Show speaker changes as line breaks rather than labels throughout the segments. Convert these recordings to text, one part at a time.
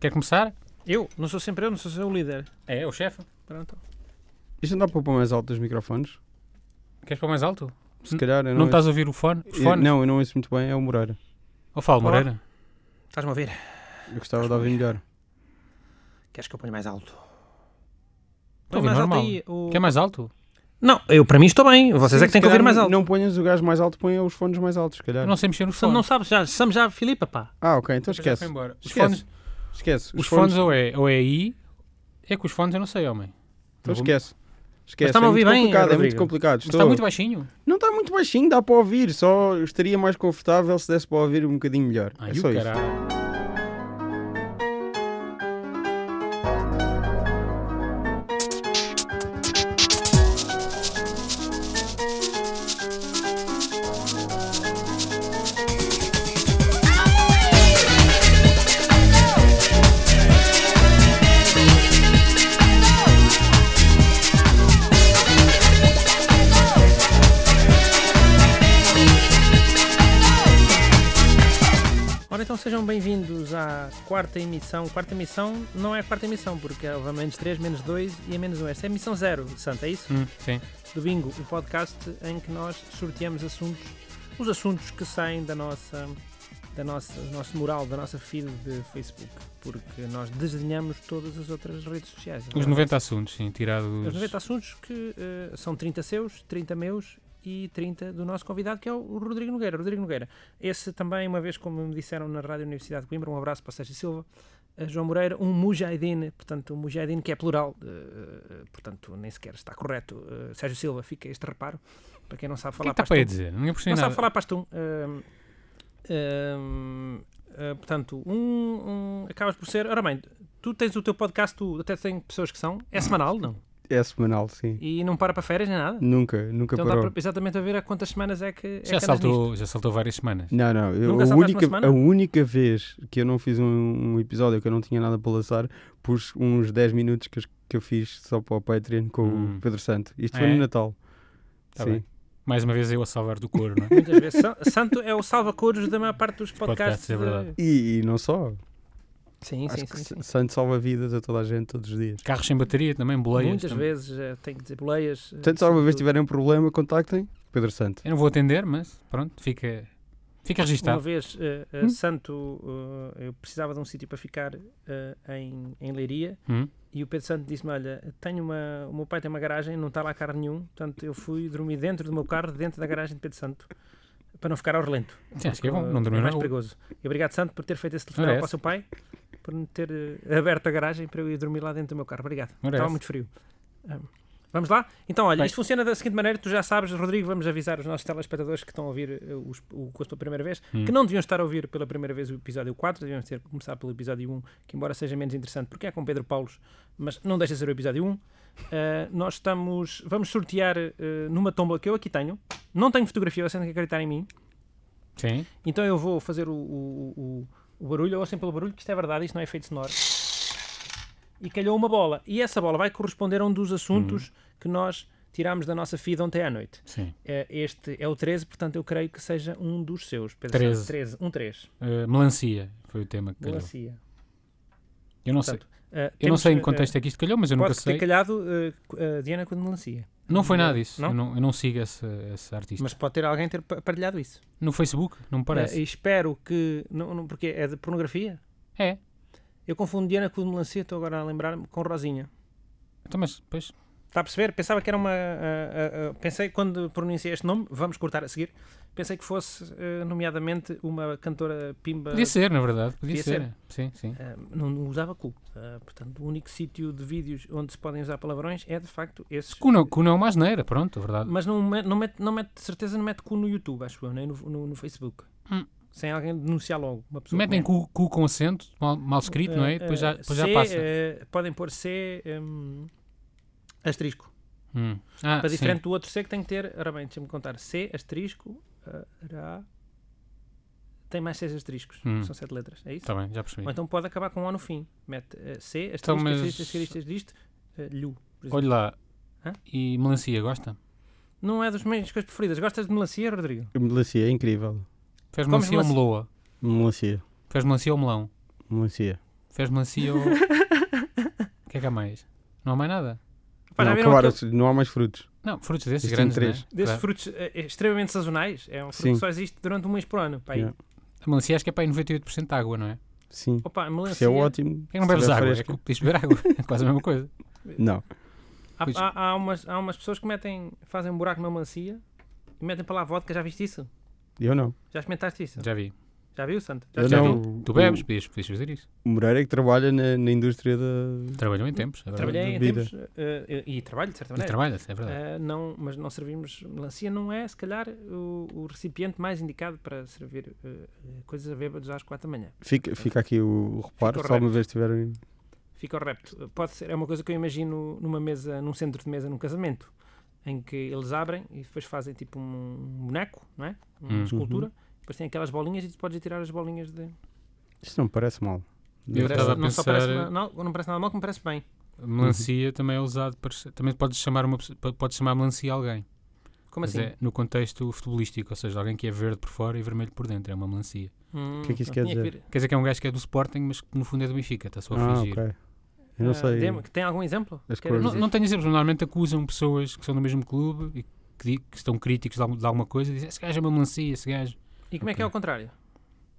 Quer começar?
Eu? Não sou sempre eu, não sou sempre o líder.
É, o chefe.
Pronto.
Isto não dá para pôr mais alto dos microfones?
Queres pôr mais alto?
Se calhar. Eu
Hum? Não, estás a ouvir o fone? Os
eu-
fones?
Não, eu não ouço muito bem, é o Moreira.
Ou falo,
Olá.
Moreira?
Estás-me a ouvir?
Eu gostava de ouvir melhor.
Queres que eu ponha mais alto?
Estou a
Põe
ouvir
mais alto
normal.
aí, o-
Quer mais alto?
Não, eu para mim estou bem. Vocês
Sim,
é que têm
se
que ouvir
calhar
mais alto.
Não ponhas o gajo mais alto, põe os fones mais altos, se calhar.
Eu não sei mexer no
Não,
fone.
não sabes, já, estamos já, Filipe, pá.
Ah, ok, então
Depois já
esquece.
foi embora. Os
Esquece.
fones,
Esquece.
os fones ou, é, ou é aí, é que os fones eu não sei, homem. Não
Então
vou-
esquece. Esquece.
está-me
é
a ouvir
muito
bem,
complicado, é muito
Rodrigo?
complicado.
Mas
Estou-
está muito baixinho.
Não está muito baixinho, dá para ouvir. Só estaria mais confortável se desse para ouvir um bocadinho melhor.
Ai,
é
o
só isso.
caralho.
Ora então sejam bem-vindos à quarta emissão. Quarta emissão não é a quarta emissão, porque é o menos 3, menos 2 e a menos 1. Esta é a emissão 0, Santa, é isso?
Hum, sim.
do Bingo, o um podcast em que nós sorteamos assuntos, os assuntos que saem da nossa, da nossa, do nosso mural, da nossa feed de Facebook, porque nós desenhamos todas as outras redes sociais. é?
Os
Agora,
90 assuntos, sim, tirados.
os 90 assuntos que eh, são 30 seus, 30 meus e 30 do nosso convidado, que é o Rodrigo Nogueira. Rodrigo Nogueira, esse também, uma vez, como me disseram na Rádio Universidade de Coimbra, um abraço para o Sérgio Silva, eh, João Moreira, um mujahideen, portanto, um mujahideen que é plural, eh, eh, portanto, nem sequer está correto. Eh, Sérgio Silva, fica este reparo, para quem não sabe
O que é
falar
que está
pastum.
para aí dizer? Ninguém percebe
Não
nada.
sabe falar pastum. Ahm, ahm, ah, portanto, um, um- acabas por ser. Ora bem, tu tens o teu podcast, tu até tem pessoas que são. É semanal, não?
É semanal, sim.
E não para para férias nem nada.
Nunca, nunca
então dá
parou.
para exatamente a ver a quantas semanas é que.
Já
é que andas nisto.
saltou, já saltou várias semanas.
Não, não. Eu,
Nunca
a,
saltaste uma
única,
semana?
a única vez que eu não fiz um, um episódio que eu não tinha nada para lançar, pus uns 10 minutos que, eu- que eu fiz só para o Patreon com
Hum.
o Pedro Santo. Isto
Ah,
foi
é?
no Natal.
Tá
Sim.
bem. Mais uma vez eu a salvar do couro, não é?
Muitas vezes. Sa- Santo é o salva-couros da maior parte dos podcasts.
podcasts, é
de-
verdade.
E, e não só.
Sim,
Acho
sim,
que
sim. sim.
S- Santo salva vidas a toda a gente todos os dias.
Carros sem bateria também, boleias.
Muitas
também.
vezes eh, tenho que dizer boleias. eh,
Portanto, se alguma vez
sobretudo.
tiverem um problema, contactem Pedro Santo.
Eu não vou atender, mas pronto, fica, fica
Uma
registado.
vez, eh,
Hum?
eh, Santo, eh, eu precisava de um sítio para ficar eh, em, em Leiria
Hum?
e o Pedro Santo disse-me: Olha, tenho uma, o meu pai tem uma garagem, não está lá carro nenhum, portanto eu fui dormir dentro do meu carro, dentro da garagem de Pedro Santo, para não ficar ao relento.
Sim, acho que é bom,
Eh,
não dormiu
é mais
na rua.
perigoso. E obrigado, Santo, por ter feito esse
Ora, é
telefonema para o
essa.
seu pai, por me ter eh, aberto a garagem para eu ir dormir lá dentro do meu carro. Obrigado.
Ora, é
Estava
essa.
muito frio. Ah, Vamos lá? Então, olha,
Bem.
isto funciona da seguinte maneira, tu já sabes, Rodrigo, vamos avisar os nossos telespectadores que estão a ouvir eh, os- o curso pela primeira vez,
Hum.
que não deviam estar a ouvir pela primeira vez o episódio 4, deviam ter começar pelo episódio 1, que embora seja menos interessante, porque é com Pedro Paulos, mas não deixa de ser o episódio 1. Ah, nós estamos, vamos sortear eh, numa tomba que eu aqui tenho, não tenho fotografia, vocês têm que acreditar em mim,
Sim.
então eu vou fazer o, o, o- o barulho, ouçam pelo barulho, que isto é verdade, isto não é efeito sonoro. E calhou uma bola. E essa bola vai corresponder a um dos assuntos
Uhum.
que nós tirámos da nossa feed ontem à noite.
Sim.
É, Este é o 13, portanto eu creio que seja um dos seus. Pedro
13.
Santos. 13. Um 3.
Eh, melancia foi o tema que calhou.
Melancia.
Eu não sei,
Portanto, ah,
eu não
temos,
sei em
ah,
que contexto é que isto calhou, mas eu nunca
Pode ter
sei.
calhado ah, ah, Diana com melancia.
Não foi nada disso.
Não?
Eu, não, eu não sigo essa, essa artista.
Mas pode ter alguém ter pa- partilhado isso.
No Facebook, não me
Ah, e
parece.
espero que. Não, não, porque é de pornografia?
É.
Eu confundo Diana com melancia, estou agora a lembrar-me, com Rosinha.
Então, mas depois.
Está a perceber? Pensava que era uma. ah, ah, ah, pensei, quando pronunciei este nome, vamos cortar a seguir, pensei que fosse, ah, nomeadamente, uma cantora pimba.
Podia ser, na verdade. Podia,
Podia
ser. Sim, sim.
Ah, não não usava cu. Ah, portanto, o único sítio de vídeos onde se podem usar palavrões é, de facto, esses.
Cu não, cu não é uma asneira, pronto, é verdade.
Mas não mete, não, mete, não mete, de certeza, não mete cu no YouTube, acho eu, nem no, no- no Facebook.
Hum.
Sem alguém denunciar logo. Uma pessoa
Metem
que
cu, cu com acento, mal, mal escrito,
mete.
não é?
Ah,
Depois
ah,
já, depois já
C,
passa.
ah, podem pôr C. hum, asterisco.
Hum. Ah,
Para
sim.
diferente do outro C que tem que ter, ora bem, deixa-me contar, C, asterisco, ará, tem mais seis asteriscos,
Hum.
são sete letras, é isso?
Tá bem, já percebi.
Ou então pode acabar com O no fim, mete eh, C, asterisco,
Então, mas-
asterisco, asterisco, asterisco, eh, lhu. por exemplo.
Olha lá.
Hã?
E melancia, gosta?
Não é das minhas coisas preferidas, gostas de melancia, Rodrigo?
Melancia, é incrível.
Fez
Comes
melancia ou
melancia?
meloa?
Melancia,
Fez melancia ou melão?
melancia.
Fez melancia ou... O que é que há mais? Não há mais nada?
Pá, já
não,
viram
acabaram-se, não há mais frutos.
Não, frutos desses
Existem
grandes,
um três.
né?
Desses
Claro.
frutos eh, eh, extremamente sazonais, é um fruto
Sim.
que só existe durante um mês por ano. Pá, aí.
Yeah.
A melancia acho que é para aí 98% de água, não é?
Sim.
Opa, a
Isso é
melancia,
ótimo.
Por que não
se
bebes
tiver
água? É
fresca.
que podias beber água. É quase a mesma coisa.
Não.
há,
Pois.
há, há umas, há umas pessoas que metem, fazem um buraco na melancia e metem para lá vodka. Já viste isso?
Eu não.
Já experimentaste isso? Já,
Já vi.
viu, Santo?
Eu
Já
experimentaste?
não.
vi.
o-
Tu bebes, podias, podias fazer isso.
O Moreira é que trabalha na, na indústria da.
Trabalham em tempos. agora-
Trabalhei em
Bebida.
tempos, eh, eh, e trabalho, de certa
E
maneira.
trabalha-se, é verdade.
Eh, não, mas não servimos. Melancia não é, se calhar, o, o recipiente mais indicado para servir eh, eh, coisas a bêbados às quatro da manhã.
Fica, fica aqui o reparo,
Fica o
se alguma vez tiverem.
Fica o repto. Pode ser, é uma coisa que eu imagino numa mesa, num centro de mesa, num casamento, em que eles abrem e depois fazem tipo um boneco, não é? Uma
Uhum.
escultura. Depois tem aquelas bolinhas e tu podes tirar as bolinhas de.
Isto não me parece mal.
Eu
Parece-
estava a
não, só parece
pensar-
ma- não, não parece nada mal, como parece bem.
Melancia também é usado para. Também podes chamar, uma, pessoa- po- podes chamar melancia a alguém.
Como
Mas
assim?
é no contexto futebolístico, ou seja, alguém que é verde por fora e vermelho por dentro. É uma melancia.
Hum,
que é que isso
não
quer
tinha
dizer?
vir.
Quer dizer que é um gajo que é do Sporting, mas que no fundo é do Benfica. Está só a
Ah,
fingir.
ok. Eu não
Ah,
sei.
dê-me- Tem algum exemplo?
As
Quer-
cores
Não,
não-
não tenho exemplos. Normalmente acusam pessoas que são do mesmo clube e que, di- que estão críticos de, algum- de alguma coisa e dizem esse gajo é uma melancia, esse gajo.
E como é que é ao contrário?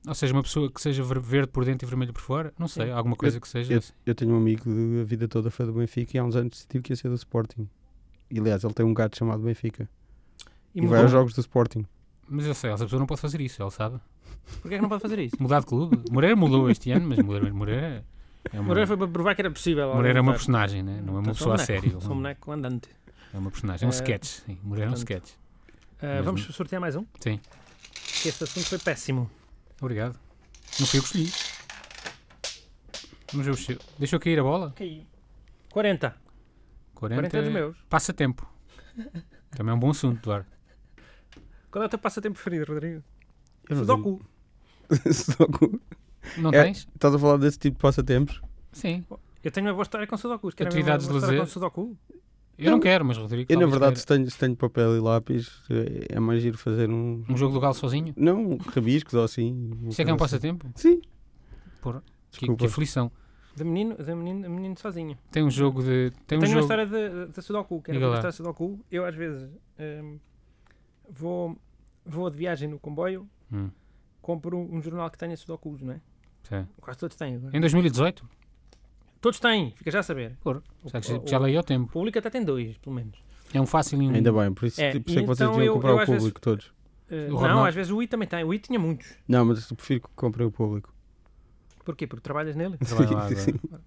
Ou seja, uma pessoa que seja ver- verde por dentro e vermelho por fora. Não sei,
Sim.
alguma coisa que seja.
eu,
assim.
eu tenho um amigo que a vida toda foi do Benfica e há uns anos decidiu que ia ser do Sporting. E, aliás, ele tem um gato chamado Benfica. E, vai
mudou?
aos jogos do Sporting.
Mas eu sei, essa pessoa não pode fazer isso, ela sabe.
Porquê é que não pode fazer isso?
Mudar de clube. Moreira mudou este ano, mas Moreira, Moreira é uma,
Moreira foi para provar que era possível.
Moreira é uma
Olha,
personagem, né? não é uma
Então, sou
pessoa a
boneco.
sério.
Sou um boneco andante.
É uma personagem, é um
Eh,
sketch. Sim, Moreira é um
portanto,
sketch.
Ah,
Mesmo.
vamos sortear mais um?
Sim.
Que este assunto foi péssimo.
Obrigado. Não fui eu que escolhi. Vamos ver o seu. Deixou cair a bola?
Caiu. 40.
40,
40 é dos meus.
Passatempo. Também é um bom assunto, Eduardo.
Qual é o teu passatempo preferido, Rodrigo?
Eu não
Sudoku.
sei. Sudoku.
Não
É.
tens?
Estás a falar desse tipo de passatempos?
Sim.
Eu tenho uma boa história com Sudokus. Querem
Atividades
uma boa história
de
com Sudoku?
Eu não quero, mas Rodrigo.
Eu, na
talvez
verdade,
queira.
se tenho, se tenho papel e lápis, é- é mais giro fazer um.
Um jogo do Galo sozinho?
Não, rabiscos ou assim. uma
Isso é que é um
coisa assim.
passatempo?
Sim.
Porra, Que, que
Desculpa.
aflição.
De menino, de menino, de menino sozinho.
Tem um jogo de. Tem um
tenho
jogo.
uma história de, de Sudoku. Quero
Diga
uma
lá.
história de Sudoku. Eu, às vezes, hum, vou, vou de viagem no comboio,
Hum,
compro um jornal que tenha Sudokus, não é?
sim.
Quase todos têm agora.
Em 2018?
Todos têm, fica já a saber.
Porra, já, que-
o-
já leio ao
O
tempo.
público até tem dois, pelo menos.
É um fácil e um.
Ainda bem, por isso,
É,
por isso é que vocês
então
deviam
eu-
comprar
eu
o
às vezes-
público todos.
Eh,
O
não,
Ronaldo.
às vezes o I também tem. O I tinha muitos.
Não, mas eu prefiro que comprem o público.
Porquê? Porque trabalhas nele.
Trabalha lá
é
agora.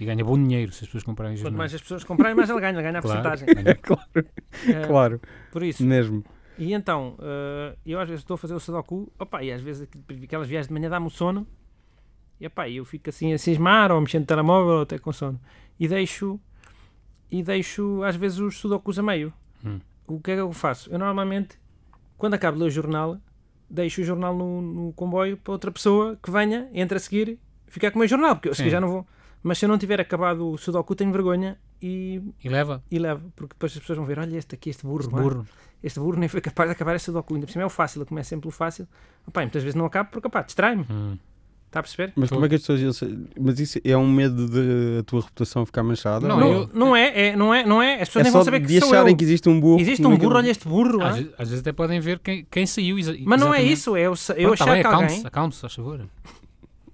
E ganha bom dinheiro se as pessoas comprarem
Quanto mais
jornais.
as pessoas comprarem, mais ele ganha. Ele ganha a
Claro,
porcentagem.
ganha-
Eh,
Claro,
Por isso.
mesmo.
E então, eh, eu às vezes estou a fazer o Sudoku. Opa, e às vezes aqu- aquelas viagens de manhã dá-me o sono. E opa, eu fico assim a cismar, ou mexendo no telemóvel, ou até com sono. E deixo. E deixo às vezes os Sudokus a meio.
Hum.
O que é que eu faço? Eu normalmente, quando acabo de ler o jornal, deixo o jornal no, no comboio para outra pessoa que venha, entre a seguir, ficar com o meu jornal, porque eu a seguir
Sim.
já não vou. Mas se eu não tiver acabado o Sudoku, tenho vergonha e,
E leva.
e levo, porque depois as pessoas vão ver: olha, este aqui, este burro,
Este
não é?
burro.
este burro nem foi capaz de acabar esse Sudoku. Ainda por cima é o fácil, eu começo sempre o fácil. Opá, e muitas vezes não acabo porque, opá, distrai-me.
Hum.
Está a perceber?
Mas
Tô.
como é que as pessoas. iam sa- Mas isso é um medo de a tua reputação ficar manchada?
Não,
Não,
eu-
não é, é, não é, não é. As pessoas
é
nem
só
vão saber
de
que sou
acharem
eu.
que existe um burro.
Existe um
naquele-
burro, olha este burro.
Às,
ah.
ve- às vezes até podem ver quem, quem saiu. exa-
Mas não é
exatamente.
isso, é eu, sa- eu
Pronto, tá
achar
bem,
que
acalme-se,
alguém.
acalme-se, faz favor.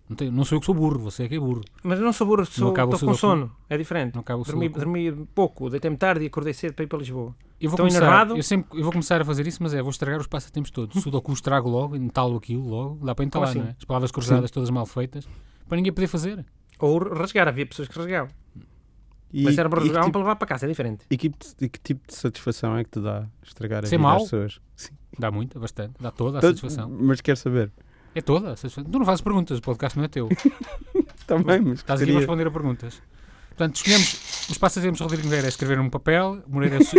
Não, tenho- não sou eu que sou burro, você é que é burro.
Mas eu não sou burro, sou,
acaba o
estou com
Sudoku.
sono. É diferente.
Não acaba o
dormi,
sudoku.
dormi pouco, deitei-me tarde e acordei cedo para ir para Lisboa.
Eu vou
Estou
começar,
enervado.
eu sempre eu vou começar a fazer isso, mas é, vou estragar os passatempos todos. Sudoku estrago logo, entalo aquilo logo, dá para entalar,
assim?
não é? As palavras cruzadas todas mal feitas, para ninguém poder fazer.
Ou rasgar, havia pessoas que rasgavam.
E,
Mas era
e
para
que
rasgar
tipo-
para levar para casa, é diferente.
e que, tipo de- e que tipo de satisfação é que te dá estragar a
Ser
vida
mau?
às pessoas? Sim.
Dá muito, é bastante, dá toda a
Tanto-
satisfação.
Mas quero saber.
É toda a satisfação. Tu não fazes perguntas, o podcast não é teu.
Também, Tá mas
Estás aqui
gostaria-
para responder a perguntas. Portanto, escolhemos os passatempos de Rodrigo Nogueira é escrever num papel, Moreira é su-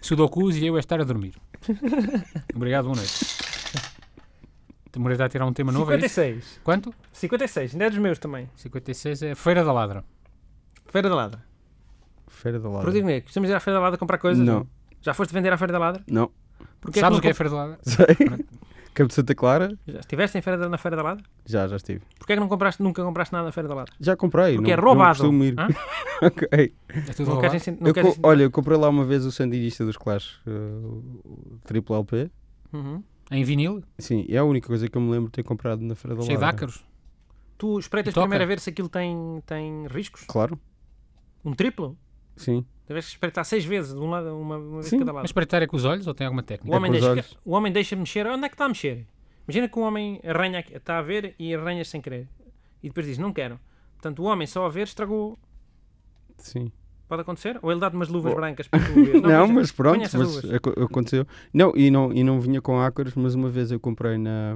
sudokus e eu é estar a dormir. Obrigado, boa noite. O Moreira está a tirar um tema novo, é isso?
56.
Quanto?
56, ainda é dos meus também.
56 é Feira da Ladra.
Feira da Ladra.
Feira da Ladra.
Rodrigo Negro, costumas ir à Feira da Ladra comprar coisas?
Não,
Já foste vender à Feira da Ladra?
não.
Porque
Sabes
não
o que é
comp-
Feira da Ladra?
Sei. Campo de Santa Clara,
Já estiveste em feira da- na Feira da Lada?
já, já estive.
Porquê é que não compraste, nunca compraste nada na Feira da Lada?
Já comprei.
Porque
não,
é roubado.
Não costumo ir.
Hã?
ok.
É tudo
Não
roubado.
queres ensinar? Não
Eu
queres
co-
ensinar?
olha, eu comprei lá uma vez o Sandinista dos Clash, eh, o o triplo LP.
Uhum.
Em vinil,
Sim, é a única coisa que eu me lembro de ter comprado na Feira da
cheio de
Ladra.
ácaros.
Tu espreitas
Toca.
primeiro a ver se aquilo tem, tem riscos?
Claro,
Um triplo?
sim.
Deves espreitar seis vezes, de um lado, uma, uma vez
Sim,
cada lado.
Mas espreitar é com os olhos ou tem alguma
O
técnica?
É
homem,
com os
deixa,
olhos.
o homem deixa mexer. Onde é que está a mexer? Imagina que o homem arranha, aqui- está a ver e arranha sem querer. E depois diz, não quero. Portanto, o homem só a ver estragou.
sim.
Pode acontecer? Ou ele dá-te umas luvas
Bom.
brancas para tu ver?
Não, mas pronto,
Conhece as
mas é-
luvas?
aco- aconteceu. Não e, não, e não vinha com ácaros, mas uma vez eu comprei na.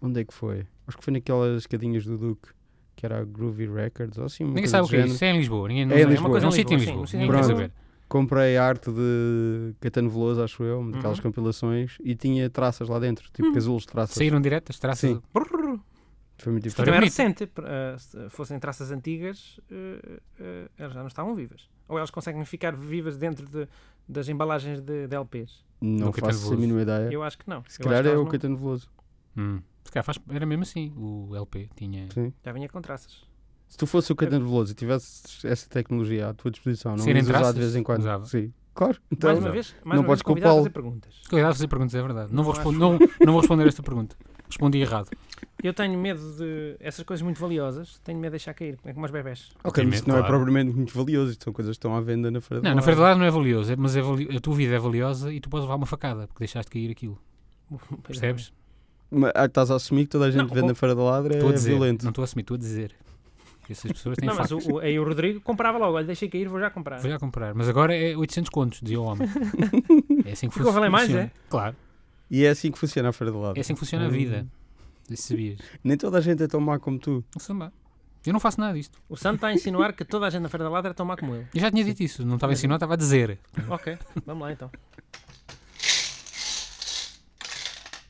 Onde é que foi? Acho que foi naquelas cadinhas do Duke, que era a Groovy Records, ou assim, uma
Ninguém
coisa
sabe
do
o que é
género.
isso. É em Lisboa. Ninguém não
É em
sabe.
Lisboa.
É
É
um
em
sítio em
Lisboa,
Lisboa.
sim,
Ninguém quer
sim.
saber.
Comprei a arte de Catano Veloso, acho eu, uma daquelas
Uhum.
compilações, e tinha traças lá dentro,
Hum.
tipo casulos de traças.
Saíram direto as traças.
Sim.
Brrr.
Foi muito
História
Também
diferente.
é
bonito.
recente. pr- ah, se fossem traças antigas, eh, eh, elas já não estavam vivas. Ou elas conseguem ficar vivas dentro de- das embalagens de, de LPs.
Não
Do Caetano
faço a
Veloso.
mínima ideia.
Eu acho que não.
É.
Eu acho
Se calhar
que
é
elas
o
não-
Catano Veloso.
Hum. Se calhar faz- Era mesmo assim. O LP tinha.
Sim.
Já vinha com traças.
Se tu fosse o Caetano Veloso e tivesses essa tecnologia à tua disposição, não
Serem
ias usar de
traças?
vez em quando?
Usava.
Sim, claro. Então,
mais uma vez, mais
não
uma
podes
vez convidado a
culpá-lo.
fazer perguntas.
Cuidado a fazer perguntas, é verdade. Não vou,
Não
respon- não, não vou responder esta pergunta. Respondi errado.
Eu tenho medo de essas coisas muito valiosas, tenho medo de deixar cair, como é como os bebés.
ok, mas isto não é
claro.
propriamente muito valioso, isto são coisas que estão à venda na feira
Não, na verdade não é valioso, é- mas é vali- a tua vida é valiosa e tu podes levar uma facada porque deixaste cair aquilo.
É
Percebes?
Mas, ah, estás a assumir que toda a gente
Não,
vende
vou-
na feira da ladra
Estou a
é
dizer.
violento.
Não estou a assumir, estou a dizer. Que essas pessoas têm
Não, mas
facto.
o, o- aí o Rodrigo comprava logo, olha, deixei cair, vou já comprar.
Vou já comprar. Mas agora é 800 contos, dizia o homem. É assim que
Ficou a valer
funciona.
mais,
Claro.
E é assim que funciona a feira da ladra.
É assim que funciona a vida. Não sei se sabias.
Nem toda a gente é tão má como tu.
Não sei lá. Eu não faço nada disto.
O Santo está a insinuar que toda a gente na Feira da Ladra é tão má como ele.
Eu já tinha dito isso. Não estava a ensinar, estava a dizer.
Ok, vamos lá então.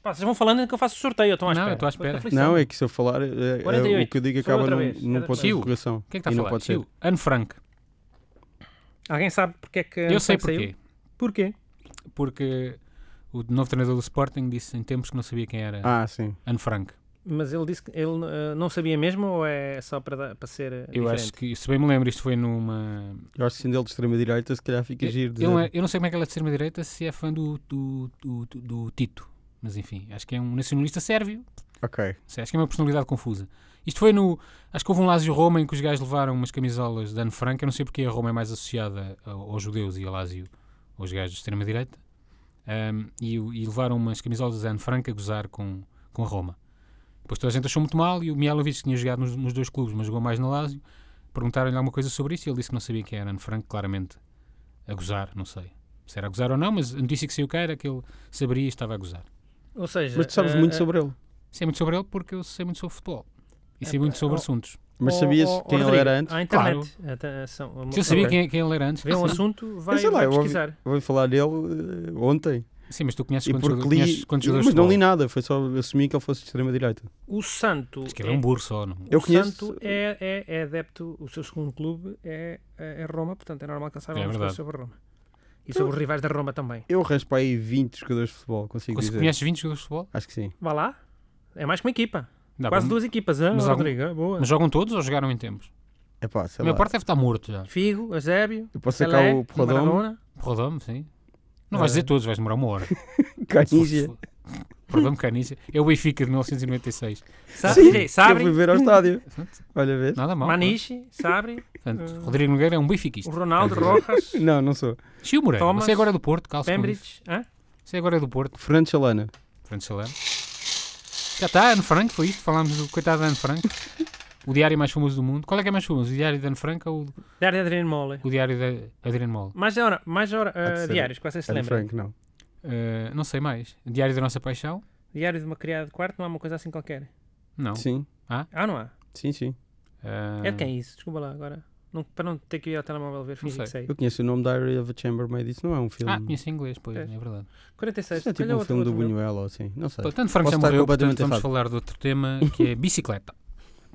Pá, vocês vão falando que eu faço o sorteio, eu estou à
Não,
espera.
eu estou à espera.
um
Não, é que se eu falar, é- é
48.
o que eu digo
Sou eu
acaba
outra
num,
vez.
num
Era-
ponto de
Siu.
interrogação.
O que é
tá
que está
e
a
não
falar?
pode ser.
Tio, Anne Frank.
Alguém sabe porque é que.
Eu sei
saiu?
porquê.
Porquê?
Porque o novo treinador do Sporting disse em tempos que não sabia quem era
Ah, sim.
Anne Frank.
Mas ele disse que ele eh, não sabia mesmo ou é só para, dar- para ser. eh,
Eu acho
diferente?
que, se bem me lembro, isto foi numa.
Eu acho que sendo ele de extrema-direita, se calhar fica giro.
Eu, não
dizer-
é- eu não sei como é que ela é de extrema-direita, se é fã do, do, do, do Tito. Mas enfim, acho que é um nacionalista sérvio.
Ok.
Não sei, Acho que é uma personalidade confusa. Isto foi no. Acho que houve um Lásio Roma em que os gajos levaram umas camisolas de Anne Frank. Eu não sei porque a Roma é mais associada ao- aos judeus e ao Lásio, aos gajos de extrema-direita. Ahm, e, o- e levaram umas camisolas de Anne Frank a gozar com, com a Roma. Depois toda a gente achou muito mal e o Mialovic tinha jogado nos, nos dois clubes, mas jogou mais na Lásio. Perguntaram-lhe alguma coisa sobre isso e ele disse que não sabia quem era Anne Frank, claramente a gozar, não sei se era a gozar ou não, mas a notícia que saiu cá era que ele saberia e estava a gozar.
Ou seja.
Mas tu sabes
eh,
muito
eh,
sobre ele.
Sei muito sobre ele porque eu sei muito sobre futebol. E sei
É,
muito
pá,
sobre
ó,
assuntos.
Mas
ó-
sabias
ó- ó,
quem ele
oh, Rodrigo,
era antes?
À internet. Atenção,
Se eu sabia
ok.
quem, quem ele era antes.
Vê um
sim.
assunto, vai,
sei lá,
vai
eu ouvi-
pesquisar.
Eu ouvi falar dele eh, ontem.
Sim, mas tu conheces
E
quantos,
porque
jogadores-
li.
conheces quantos
Mas
jogadores de
não li
futebol?
nada, foi só assumir que ele fosse de extrema-direita.
O Santo.
Acho que é um burro só. Não?
Eu
o
conheço-
Santo é, é, é adepto, o seu segundo clube é, é é Roma, portanto é normal que ele saiba
É
algumas
verdade.
coisas sobre Roma. E
Então-
sobre os rivais da Roma também.
Eu raspo aí 20 jogadores de futebol, consigo
Conhe-
dizer.
Conheces 20 jogadores de futebol?
Acho que sim.
Vá lá, é mais que uma equipa.
Dá
Quase
bom.
duas equipas, ah,
Mas algum-
Rodrigo, ah, boa.
Mas jogam todos ou jogaram em tempos?
É pá,
A
sei
minha
lá.
parte é deve estar morto já.
Figo, Eusébio,
Eu posso sacar
Pelé,
o porradão,
Maradona.
Rodame, sim. Não
É.
vais dizer todos, vais demorar uma hora.
Caninja.
Rodame Canícia. É o Benfica de 1996.
Sabri,
Eu fui
Sabri,
ver ao estádio. Olha, vês?
Nada mal.
Maniche, Sabri,
Portanto, Rodrigo Nogueira é um
o
benfiquista.
Ronaldo,
Quer dizer-
Rojas,
Não, não sou.
Chiu Moreira.
Thomas,
Você agora é do Porto, calça com isso.
Pembridge, hã?
Você agora é do Porto.
Fernando Chalana.
Fernando Salerno. Já está, Anne Frank, foi isto? Falámos do coitado de Anne Frank. O diário mais famoso do mundo. Qual é que é mais famoso? O diário de Anne Frank ou o-
Dário Adriano Mole.
o diário de Adriano Moll?
Mais hora, mais hora, ah,
de ser
diários, quase se
Ana
lembra.
Frank, não.
Eh, não sei mais. O diário da Nossa Paixão?
Diário de uma criada de quarto, não há uma coisa assim qualquer.
Não.
Sim,
Ah, não há.
sim, sim.
Eh,
É de quem isso? Desculpa lá agora. Não- para não ter que ir ao telemóvel ver, fingi
sei.
que sei.
Eu conheço o nome Diary of a Chambermaid. Isso não é um filme.
Ah, conheço em inglês, pois,
É.
é, verdade.
Isso
46.
é tipo
olha
um
outro-
filme do
outro meu.
Buñuel ou assim. Não sei.
Portanto, Anne Frank
Posso
já
estar
morreu, portanto,
completamente
vamos
errado.
falar de outro tema que é bicicleta.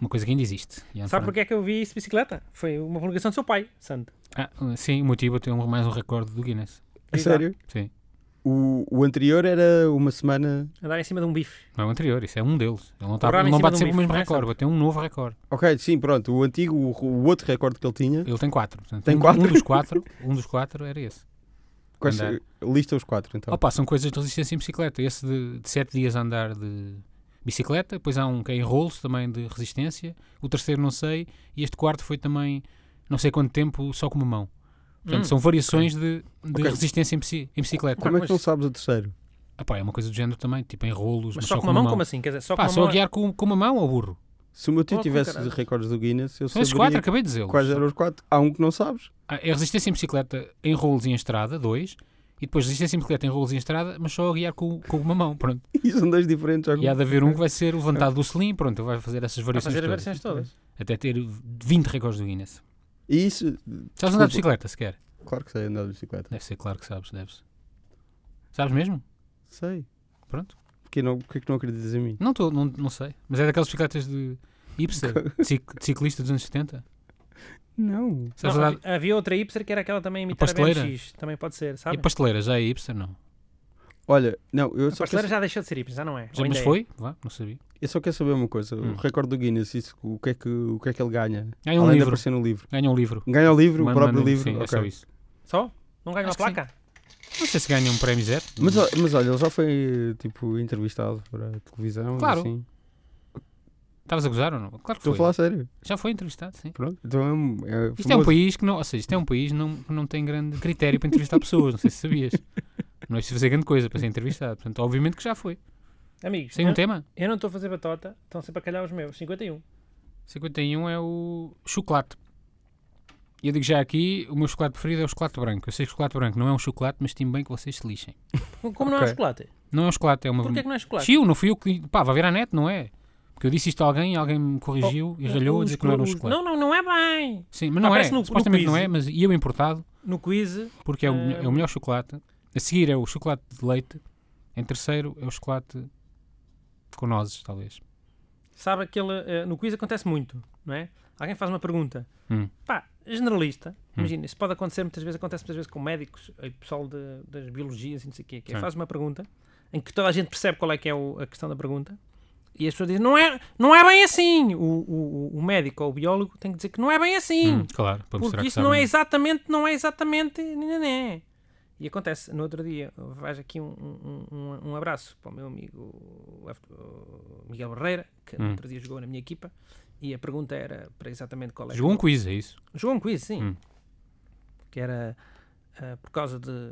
Uma coisa que ainda existe. E Anne
Sabe
Frank-
porque é que eu vi isso de bicicleta? Foi uma publicação do seu pai, santo.
uh, Ah, sim, o motivo é ter um- mais um recorde do Guinness.
A sério?
Sim.
O, o anterior era uma semana.
Andar em cima de um bife.
Não é o anterior, isso é um deles. Ele não, tá,
O Rami
ele
em
não
cima
bate
de um
sempre o
bife,
mesmo
não é,
recorde, bateu um novo recorde.
Ok, sim, pronto. O antigo, o, o outro recorde que ele tinha.
Ele tem quatro. Portanto,
Tem
um,
quatro?
um dos quatro, um dos quatro era esse.
Quais-
Andar.
lista os quatro, então.
Opa, são coisas de resistência em bicicleta. Esse de, de sete dias a andar de bicicleta, depois há um que é em rolos também de resistência, o terceiro não sei, e este quarto foi também não sei quanto tempo só com uma mão. Portanto,
Hum.
são variações de, de
Ok.
resistência em, bici- em bicicleta.
Como é
mas-
que não sabes o terceiro?
Opa, é uma coisa do género também, tipo em rolos,
Mas, só, com uma mão, como assim? Quer dizer, só
Pá,
com uma
só a
mão.
guiar com, com uma mão ou burro?
Se o meu tio
Oh,
tivesse
caralho.
recordes do Guinness, eu
São esses quatro,
saberia
acabei de dizê-los.
quais eram os quatro. Há um que não sabes.
Ah, É resistência em bicicleta em rolos e em estrada, dois. E depois resistência em bicicleta em rolos e em estrada, mas só a guiar com, com uma mão, pronto.
E são dois diferentes. já
E há de haver um
É.
que vai ser levantado do selim, pronto, ele vai fazer essas
Vai
variações
fazer as
todas.
versões todas.
Até ter 20 recordes do Guinness.
E isso,
Sabes andar de
Desculpa.
bicicleta sequer?
claro que sei andar de bicicleta.
Deve ser claro que sabes, deves. Sabes mesmo?
Sei.
Pronto.
Porque, não, porque é que não acreditas em mim?
Não, tô, não, não sei. Mas é daquelas bicicletas de hipster, de cic- de ciclista dos anos 70.
Não.
Sabes
Não,
andar...
havia- Havia outra hipster que era aquela também a imitar a
pasteleira?
BMX. Também pode ser,
E
tá
sabe?
pasteleira, já é hipster, não?
Olha, não, eu
A
só,
pasteleira
quero,
já deixou de ser hipster, já não é.
Já,
Ou
mas
ainda é.
foi? Vá, não sabia.
eu só quero saber uma coisa.
Hum.
O recorde do Guinness, isso, o, que é que, o que é que ele ganha?
Ganha um
Além de
livro.
aparecer no livro.
Ganha um livro.
Ganha o livro,
Manda-
o próprio
manda-
livro.
Sim, é
ok.
só isso.
Só? Não ganhou a
Acho que sim.
placa?
Não sei se ganha um prémio zero.
Mas, ó- mas olha, ele já foi tipo entrevistado para a televisão. e
Claro.
Assim.
Estavas a gozar ou não? Claro que
Estou a
foi.
falar sério.
Já foi entrevistado, sim.
Pronto. Então é, um- é
Isto é um
famoso.
país que não, ou seja, isto é um país que não, que não tem grande critério para entrevistar pessoas, não sei se sabias. Não é preciso fazer grande coisa para ser entrevistado. Portanto, obviamente que já foi.
Amigos,
Sem um
eu-
tema.
eu não estou a fazer batota, estão sempre a calhar os meus. 51.
51 é o chocolate. E eu digo já aqui, o meu chocolate preferido é o chocolate branco. Eu sei que o chocolate branco não é um chocolate, mas timo bem que vocês se lixem.
Como não é
Ok.
chocolate?
Não é um chocolate, é uma...
Porquê que não é chocolate?
Chiu, não fui eu que... Pá, vai ver à net, não é? Porque eu disse isto a alguém, alguém me corrigiu e ralhou a dizer que não era um
Oh, Os-
chocolate.
Não, não, não é bem.
Sim, mas não é.
Aparece no- no
Supostamente não
quiz.
é, mas e eu importado,
No quiz,
porque é o, melho- é o
Ah.
melhor chocolate. A seguir é o chocolate de leite. Em terceiro é o chocolate com nozes, talvez.
sabe aquele. eh, no quiz acontece muito, não é? Alguém faz uma pergunta.
Hum.
Pá, generalista.
Hum.
Imagina, isso pode acontecer muitas vezes, acontece muitas vezes com médicos e pessoal de- das biologias e não sei o quê. Que é,
Sim.
faz uma pergunta em que toda a gente percebe qual é que é o- a questão da pergunta e as pessoas dizem, não é, não é bem assim. O, o- o- o médico ou o biólogo tem que dizer que não é bem assim.
Hum, claro, para mostrar
Porque
que
isso não é
sabem.
exatamente, não é exatamente. né, né, né. E acontece, no outro dia, vais aqui um, um, um- um abraço para o meu amigo o F- o Miguel Barreira, que no
Hum.
outro dia jogou na minha equipa, e a pergunta era para exatamente qual é.
Jogou um
que-
quiz, é isso?
Jogou um quiz, sim.
Hum.
Que era ah, por causa de,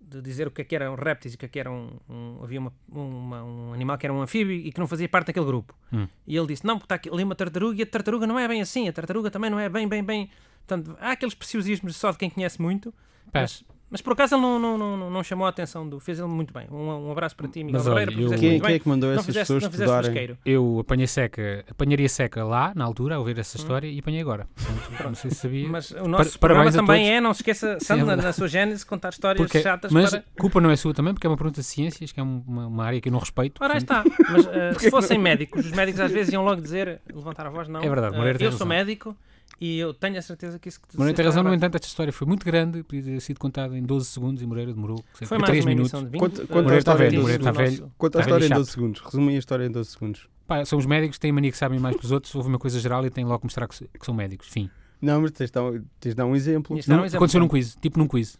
de dizer o que é que eram répteis e o que é que era um, um- havia uma- uma- um animal que era um anfíbio e que não fazia parte daquele grupo.
Hum.
E ele disse, não, porque está aqui- ali uma tartaruga e a tartaruga não é bem assim, a tartaruga também não é bem, bem, bem... Portanto, há aqueles preciosismos só de quem conhece muito,
Pá,
mas, mas por acaso ele não, não, não, não- não chamou a atenção do... Fez ele muito bem. Um, um abraço para ti, Miguel
Mas
Barreira,
olha,
porque
eu-
fizeste
Quem,
muito
quem é
bem.
que mandou
Não
essas
fizeste,
pessoas
não fizeste
estudarem?
basqueiro.
eu apanhei seca, apanharia seca lá, na altura, a ouvir essa história, e apanhei agora. Portanto, não sei se sabia.
Mas o nosso programa
parabéns a
também
todos.
é, não se esqueça, Sandro, na,
verdade.
na sua gênese, contar histórias
Porque-
chatas
mas
para...
culpa não é sua também, porque é uma pergunta de ciências, que é uma, uma área que eu não respeito.
Ora, aí
portanto,
está. Mas eh, se fossem médicos, os médicos às vezes iam logo dizer, levantar a voz, não.
É verdade,
eh,
Moreira tem
eu sou
razão.
médico e eu tenho a certeza que isso que tu
Moreira tem
disseste
razão,
é
no
verdade.
entanto, esta história foi muito grande, podia ter sido contada em 12 segundos e Moreira demorou cerca
Foi
de
mais
3
uma
minutos. é
emissão de
Quanto-
vinte,
quanto
eh,
Moreira está velho,
do
Moreira
está
nosso-
velho. Está
Conta a
bem
história em
chato.
12 segundos. Resumem a história em 12 segundos.
Pá, são os médicos que têm mania que sabem mais que os outros, houve uma coisa geral e têm logo que mostrar que, se- que são médicos. Fim.
Não, mas tens de dar, tens de dar um exemplo.
Isto era um
Não-
exemplo.
aconteceu num quiz, tipo num quiz.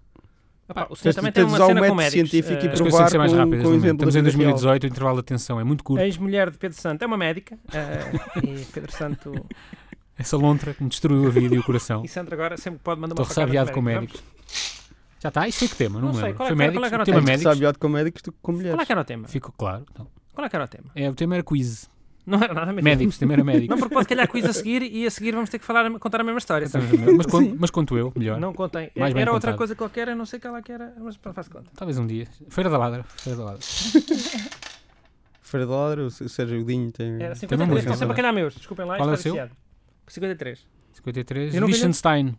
Epá, o senhor
Tens de-
também tem
tens de
uma
usar um
cena com
método
médicos.
científico e
eh,
As coisas têm que ser mais
com-
rápidas.
com
não é?
exemplo da
Estamos em
vida real.
2018, o intervalo de atenção é muito
A
curto.
ex-mulher de Pedro Santo é uma médica eh, e Pedro Santo
Essa lontra que me destruiu a vida e o coração.
e Sandro agora sempre pode mandar é uma
Estou ressabiado com médicos. Já está? Isto foi que tema? Não,
Não
me
sei,
lembro.
qual é-
Foi
qual é-
médicos?
qual é que era
tema
o tema?
Médicos.
médicos?
Sabe melhor com médicos do que com mulheres.
Qual é que era o tema?
Ficou claro. então.
Qual é que era o tema?
É, o tema era quiz.
Não era nada mesmo.
Médicos, o tema era
Não,
médicos.
porque pode calhar quiz a seguir e a seguir vamos ter que falar, contar a mesma história. sabe?
mas, conto, mas conto eu, melhor.
Não contem.
Mais
era
bem
outra
contado.
coisa qualquer, eu não sei qual é que era, mas pronto, faz conta.
Talvez um dia. Feira da Ladra. Feira da Ladra.
Feira da Ladra, o Sérgio Godinho tem...
Era assim,
Também
53, estão
muito.
sempre a calhar meus. Desculpem lá,
Qual é o
está
seu?
viciado. 53.
53.
Eu não vi-
Liechtenstein.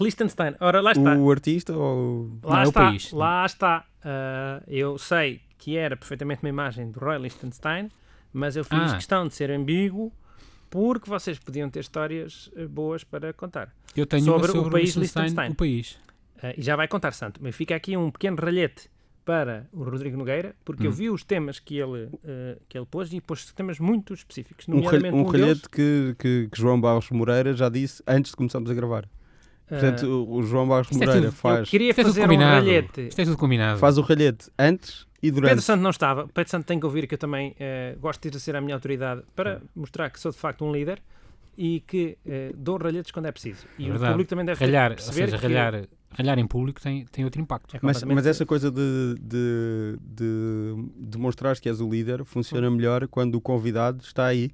Liechtenstein. Ora, lá está.
O artista ou...
Lá
Não é o
está.
país, não.
Lá está. Ah, eu sei que era perfeitamente uma imagem do Roy Liechtenstein, mas eu fiz
Ah.
questão de ser ambíguo porque vocês podiam ter histórias eh, boas para contar.
Eu tenho
Sobre
uma
o
sobre
país
Liechtenstein,
Liechtenstein.
o país.
Ah, e já vai contar, Santo. Mas fica aqui um pequeno ralhete para o Rodrigo Nogueira, porque eu
Hum.
vi os temas que ele, eh, que ele pôs e pôs temas muito específicos.
Um, ralhe-
Nomeadamente
um
um, deles,
ralhete que, que, que João Barros Moreira já disse antes de começarmos a gravar.
eh,
Portanto, o- o João Barros
isto é
Moreira
tudo-
eu
faz,
queria
Isto é tudo
fazer um
combinado.
ralhete.
Isto é tudo combinado.
faz o ralhete antes e
Pedro
durante.
Santo não estava. Pedro Santo tem que ouvir que eu também eh, gosto de exercer a minha autoridade para mostrar que sou de facto um líder e que eh, dou ralhetes quando é preciso. E
É
o
verdade.
público também deve
Ralhar, ou
perceber
seja,
que-
ralhar, ralhar em público tem, tem outro impacto.
É
Mas,
completamente-
mas essa coisa de, de, de demonstrares que és o líder funciona
Hum.
melhor quando o convidado está aí,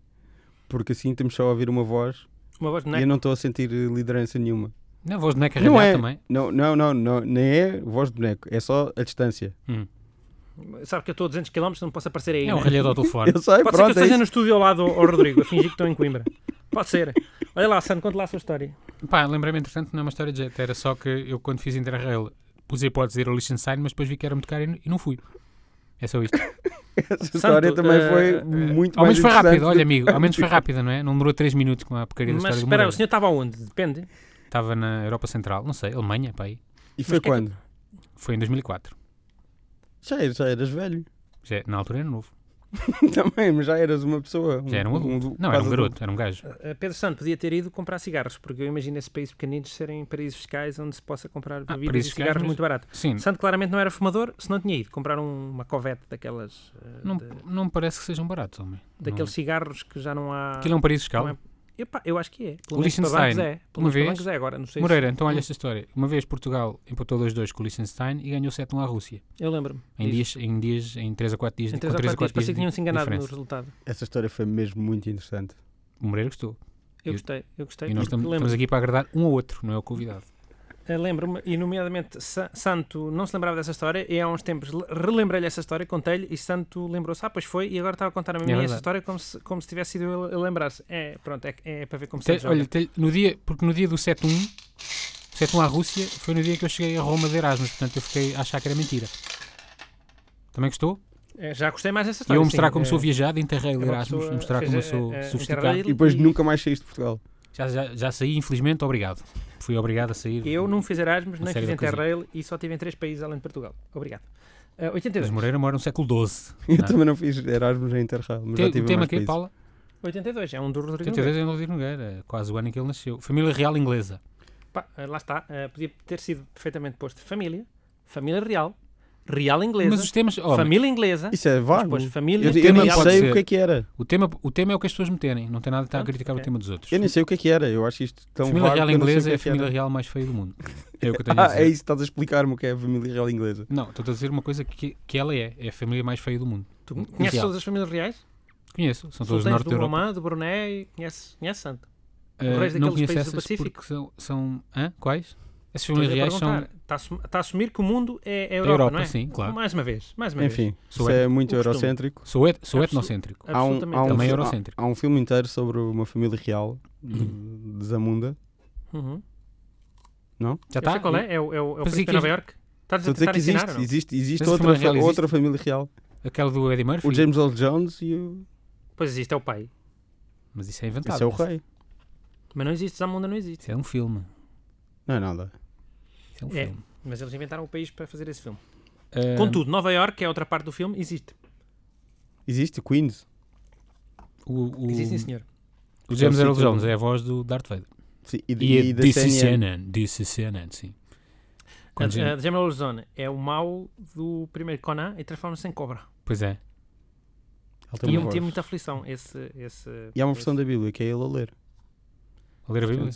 porque assim temos só a ouvir uma voz
uma voz, não
e
é?
eu não estou a sentir liderança nenhuma.
Não, voz de neca
Não
ralhar
é.
também.
Não, não, não, não, nem é voz de boneco, é só a distância.
Sabe que eu estou a 200 km, não posso aparecer aí.
É um
né?
ralhado ao telefone.
Eu
Pode ser
sei,
que eu
pronto, é
esteja
isso.
no estúdio ao lado ao ao Rodrigo, a fingir que estou em Coimbra. Pode ser. Olha lá, Sandro, conta lá a sua história.
Pá, lembrei-me, entretanto, não é uma história de jeito. Era só que eu, quando fiz Interrail, pus a hipótese de ir ao Liechtenstein, mas depois vi que era muito caro e, n- e não fui. É só isto.
Essa história
Santo,
também
eh,
foi
eh,
muito
ao menos
mais
foi
interessante
rápido,
do
olha,
que-
amigo. Ao menos foi rápida, não é? Não durou 3 minutos, como a porcaria da
Mas
história do
espera, o
Moreira.
senhor estava onde? Depende.
Estava na Europa Central, não sei, Alemanha, pá aí.
E foi
Mas que é que-
quando?
Foi em 2004.
Já, eras, já eras velho.
Já- na altura era novo.
Também, mas já eras uma pessoa.
Já era um adulto. não, era um
quase
garoto, era um gajo.
Uh, Pedro Santo podia ter ido comprar cigarros, porque eu imagino esses países pequeninos serem paraísos fiscais onde se possa comprar bebidas
Ah, paraísos
e
fiscais,
cigarros
mas-
muito barato.
Sim,
Santo claramente não era fumador, se não tinha ido comprar um- uma covete daquelas, eh,
não,
de-
não me parece que sejam baratos, homem.
daqueles cigarros que já não há.
Não. Aquilo é um Paris fiscal.
não é- Epá, eu acho que é.
O
Pelo menos para
Liechtenstein,
bancos é. Pelo
uma
menos para
vez,
bancos é agora, não sei se-
Moreira, então olha esta história. Uma vez Portugal empatou 2-2 com o Liechtenstein e ganhou 7-1 à Rússia.
Eu lembro-me.
Em
disso.
dias, em dias, em 3 a 4 dias,
Em
com
três
três
ou quatro dias, parecia
de
que tinham-se enganado no
diferença.
resultado.
Essa história foi mesmo muito interessante.
O Moreira gostou.
Eu
E-
gostei, eu gostei.
E nós
porque
estamos,
lembro-
estamos aqui para agradar um ao outro, não é o convidado.
Eh, Lembro-me, e nomeadamente Sa- Santo não se lembrava dessa história, e há uns tempos le- relembrei-lhe essa história, contei-lhe, e Santo lembrou-se, ah, pois foi, e agora estava a contar a mim
É
essa
verdade.
história como se, como se tivesse sido ele a lembrar-se. É, pronto, é, é para ver como
Te-
se
olha, te- no dia, porque no dia do 7-1, o 7-1 à Rússia, foi no dia que eu cheguei a Roma de Erasmus, portanto eu fiquei a achar que era mentira. Também gostou?
É, já gostei mais
E
dessa história.
eu a mostrar
sim.
como
É,
sou viajado, Interrail
é uma
Erasmus,
pessoa-
a mostrar
fez é,
como eu
a-
sou
a- a
sofisticado.
Interrail
E depois
e-
nunca mais saíste de Portugal.
Já, já, já saí, infelizmente, obrigado. Fui obrigado a sair.
Eu não fiz Erasmus,
Uma
nem
série
fiz
de coisinhas.
Interrail e só tive em três países além de Portugal. Obrigado. Eh,
Mas
82.
Moreira mora no século XII.
Eu
não é?
também não fiz Erasmus em Interrail, mas já
Te-
tive
o
em
tema
mais
aqui,
países.
Paula?
82, é um do Rodrigo.
82 é Rodrigo Nogueira, quase o ano em que ele nasceu. Família real inglesa.
Nogueira. Pá, eh, lá está. eh, podia ter sido perfeitamente posto família, família real, real inglesa,
Mas os temas. oh,
família inglesa,
Isso é
mas
vago.
depois família
Eu, eu nem
tema
real.
pode
sei
ser.
o que é que era.
O tema, o tema é o que as pessoas meterem, não tem nada de estar a
Pronto,
criticar
ok.
o tema dos outros.
Eu nem sei o que é que era. Eu acho isto tão
família
vago
real
que eu não sei
inglesa
o que
é
é
a
que era.
família real mais feia do mundo. É o que eu tenho a
Ah,
dizer.
é isso. Estás a explicar-me o que é a família real inglesa.
Não, estou a dizer uma coisa que, que ela é. É a família mais feia do mundo.
Tu conheces
Real.
todas as famílias reais?
Conheço, são todas do
Sultãs
norte
do
da Europa.
Romã, do Brunei, conheces, conheces Santo?
Ah,
reis
não
daqueles
conheço
países do
essas
Pacífico.
porque são. são hã? Quais? Essas famílias reais são.
Está a assumir que o mundo é, é
Da
Europa, não
Europa,
é?
sim, claro.
Mais uma vez, mais uma vez.
Enfim,
Sou
isso é muito
o costume.
eurocêntrico.
Sou, et, sou
Absolu-
etnocêntrico.
Há um,
Absolutamente.
há, um,
Também
fi-
é eurocêntrico.
há, há um filme inteiro sobre uma família real de Zamunda.
Uhum.
Não?
Já
Eu sei
está?
qual é? É o, é o, é o
Mas Tá, e
Príncipe
que-
de Nova York? Estás
Estou
a
a dizer
tentar
que
ensinar?
existe,
ou não?
existe, existe
Essa
outra,
família
fa-
real
outra família real.
Aquela do Eddie Murphy.
O James Earl Jones e o.
Pois existe, é o pai.
Mas isso é inventado.
Esse é o
isso-
rei.
Mas não existe, Zamunda não existe.
Isso é um filme.
Não é nada.
Isso é um
É.
filme.
Mas eles inventaram o país para fazer esse filme.
Ah,
Contudo, Nova York, que é outra parte do filme, existe.
Existe Queens.
o, o,
Existe, sim, senhor.
o James Earl
Substituto.
Jones é a voz do Darth Vader.
Sim, e,
E,
e
e
da
disse
CNN.
CNN, disse CNN, sim.
A,
Quando
a
gente-
Gemma Lozone é o mau do primeiro Conan e transforma-se em cobra.
Pois é.
Ele tem
E
uma
eu
voz.
tinha muita aflição. Esse, esse,
E há uma
esse-
versão da Bíblia que é ele a ler.
A ler a Bíblia?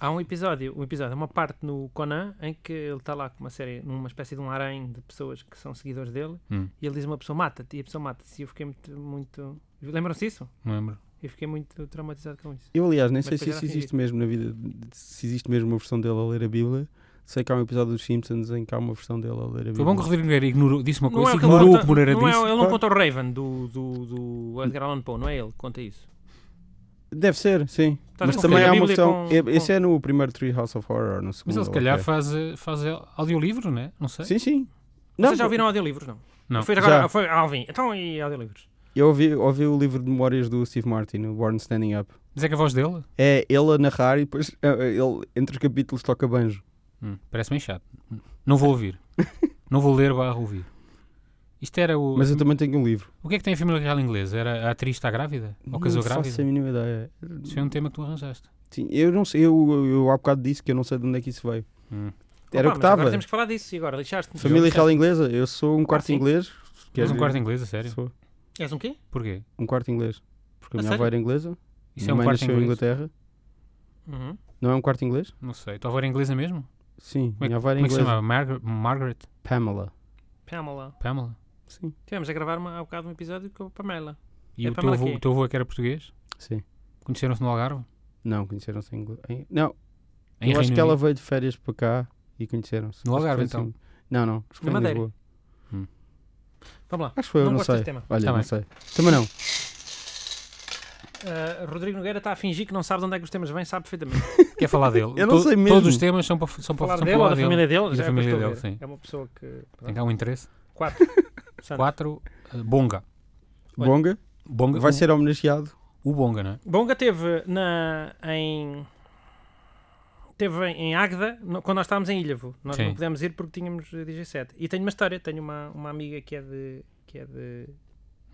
Há um episódio, um episódio, uma parte no Conan em que ele está lá com uma série, numa espécie de um harém de pessoas que são seguidores dele
Hum.
e ele diz uma pessoa mata-te e a pessoa mata-se. E eu fiquei muito. muito... Lembram-se disso?
Não lembro.
Eu fiquei muito traumatizado com isso.
Eu, aliás, nem
Mas
sei
depois
se
era
isso
assim
existe mesmo na vida. Se existe mesmo uma versão dele a ler a Bíblia. Sei que há um episódio dos Simpsons em que há uma versão dele a ler a Bíblia.
Foi bom que o Rodrigo Nogueira ignorou, disse uma coisa assim, um e
ele é que
ignorou o
conta-
que o Moreira
não é-
disse.
ele não
Claro.
conta o Raven do, do, do Edgar Allan Poe, não é ele que conta isso.
Deve ser, sim.
Estás
Mas
a
também
confundir a
há uma
Bíblia
versão.
com-
é- Esse é no primeiro Tree House of Horror, no segundo.
Mas ele se
ou
calhar
quê.
faz, eh, faz eh, audiolivro, né? não sei.
Oh, Sim, sim. Não,
Vocês já ouviram audiolivros, não?
Não.
Foi agora,
Já.
foi Alvin. Então, e audiolivros?
Eu ouvi, ouvi o livro de memórias do Steve Martin, o Born Standing Up.
Mas é que a voz dele
É ele a narrar e depois eh, eh, ele, entre os capítulos, toca banjo.
Hum, parece bem chato. Não vou ouvir. não vou ler barra ouvir. Isto era o.
Mas eu também tenho um livro.
O que é que tem a família real inglesa? Era a atriz está grávida? Ou
não
casou
faço a
grávida?
mínima ideia.
Isso foi um tema que tu arranjaste.
Sim, eu não sei, eu, eu, eu há bocado disse que eu não sei de onde é que isso veio.
Hum.
Era
Opa,
o que
mas Agora
estava.
temos que falar disso e agora lixaste-me.
Família
Lixaste-me.
real inglesa, eu sou um quarto
sim.
inglês.
Mas um
Quer
quarto
dizer,
inglês, a sério?
Sou
És um quê?
Porquê?
um quarto inglês. Porque a
A
minha avó
sério?
era inglesa,
Isso
minha
é um
mãe
quarto
nasceu em
inglês?
Inglaterra.
Uhum.
Não é um quarto inglês?
Não sei. Tua avó era inglesa mesmo? Como é,
Sim,
que-
minha avó era
como é que se
inglesa.
chamava? Margar- Margaret?
Pamela.
Pamela.
Pamela?
Sim,
Tivemos a gravar uma, há bocado um episódio com a Pamela.
E
É
o teu
Pamela
avô,
quê?
o teu avô é que era português?
sim.
Conheceram-se no Algarve?
Não, conheceram-se em inglês. Não,
Em
eu acho
Reino
que ela
Unido?
veio de férias para cá e conheceram-se.
No
Acho que
Algarve, então?
foi assim. Não, não. Acho que
Na
foi em
Madeira.
Lisboa.
Vamos lá.
Acho que foi, eu
Não
não
gosto
sei.
desse tema.
Olha,
Tá
não
bem.
sei. Também não.
Ah, Rodrigo Nogueira está a fingir que não sabe de onde é que os temas vêm, sabe perfeitamente.
Quer falar dele?
Eu não
To-
sei
Todos
mesmo.
os temas são para são para- são
falar
para
dele ou
falar
da família
dele.
dele?
E da
já é o que
família
eu estou a
dele,
ver.
sim.
É uma pessoa que.
Tem cá um interesse.
Quatro. Santos.
Quatro. eh, Bonga.
Olha.
Bonga
Bonga.
vai
o,
ser homenageado.
o Bonga, não é?
Bonga teve na, em. Teve em em Águeda, no- quando nós estávamos em Ilhavo. Nós
Sim.
não pudemos ir porque tínhamos eh, DJ7. E tenho uma história, tenho uma, uma amiga que é de. que é de.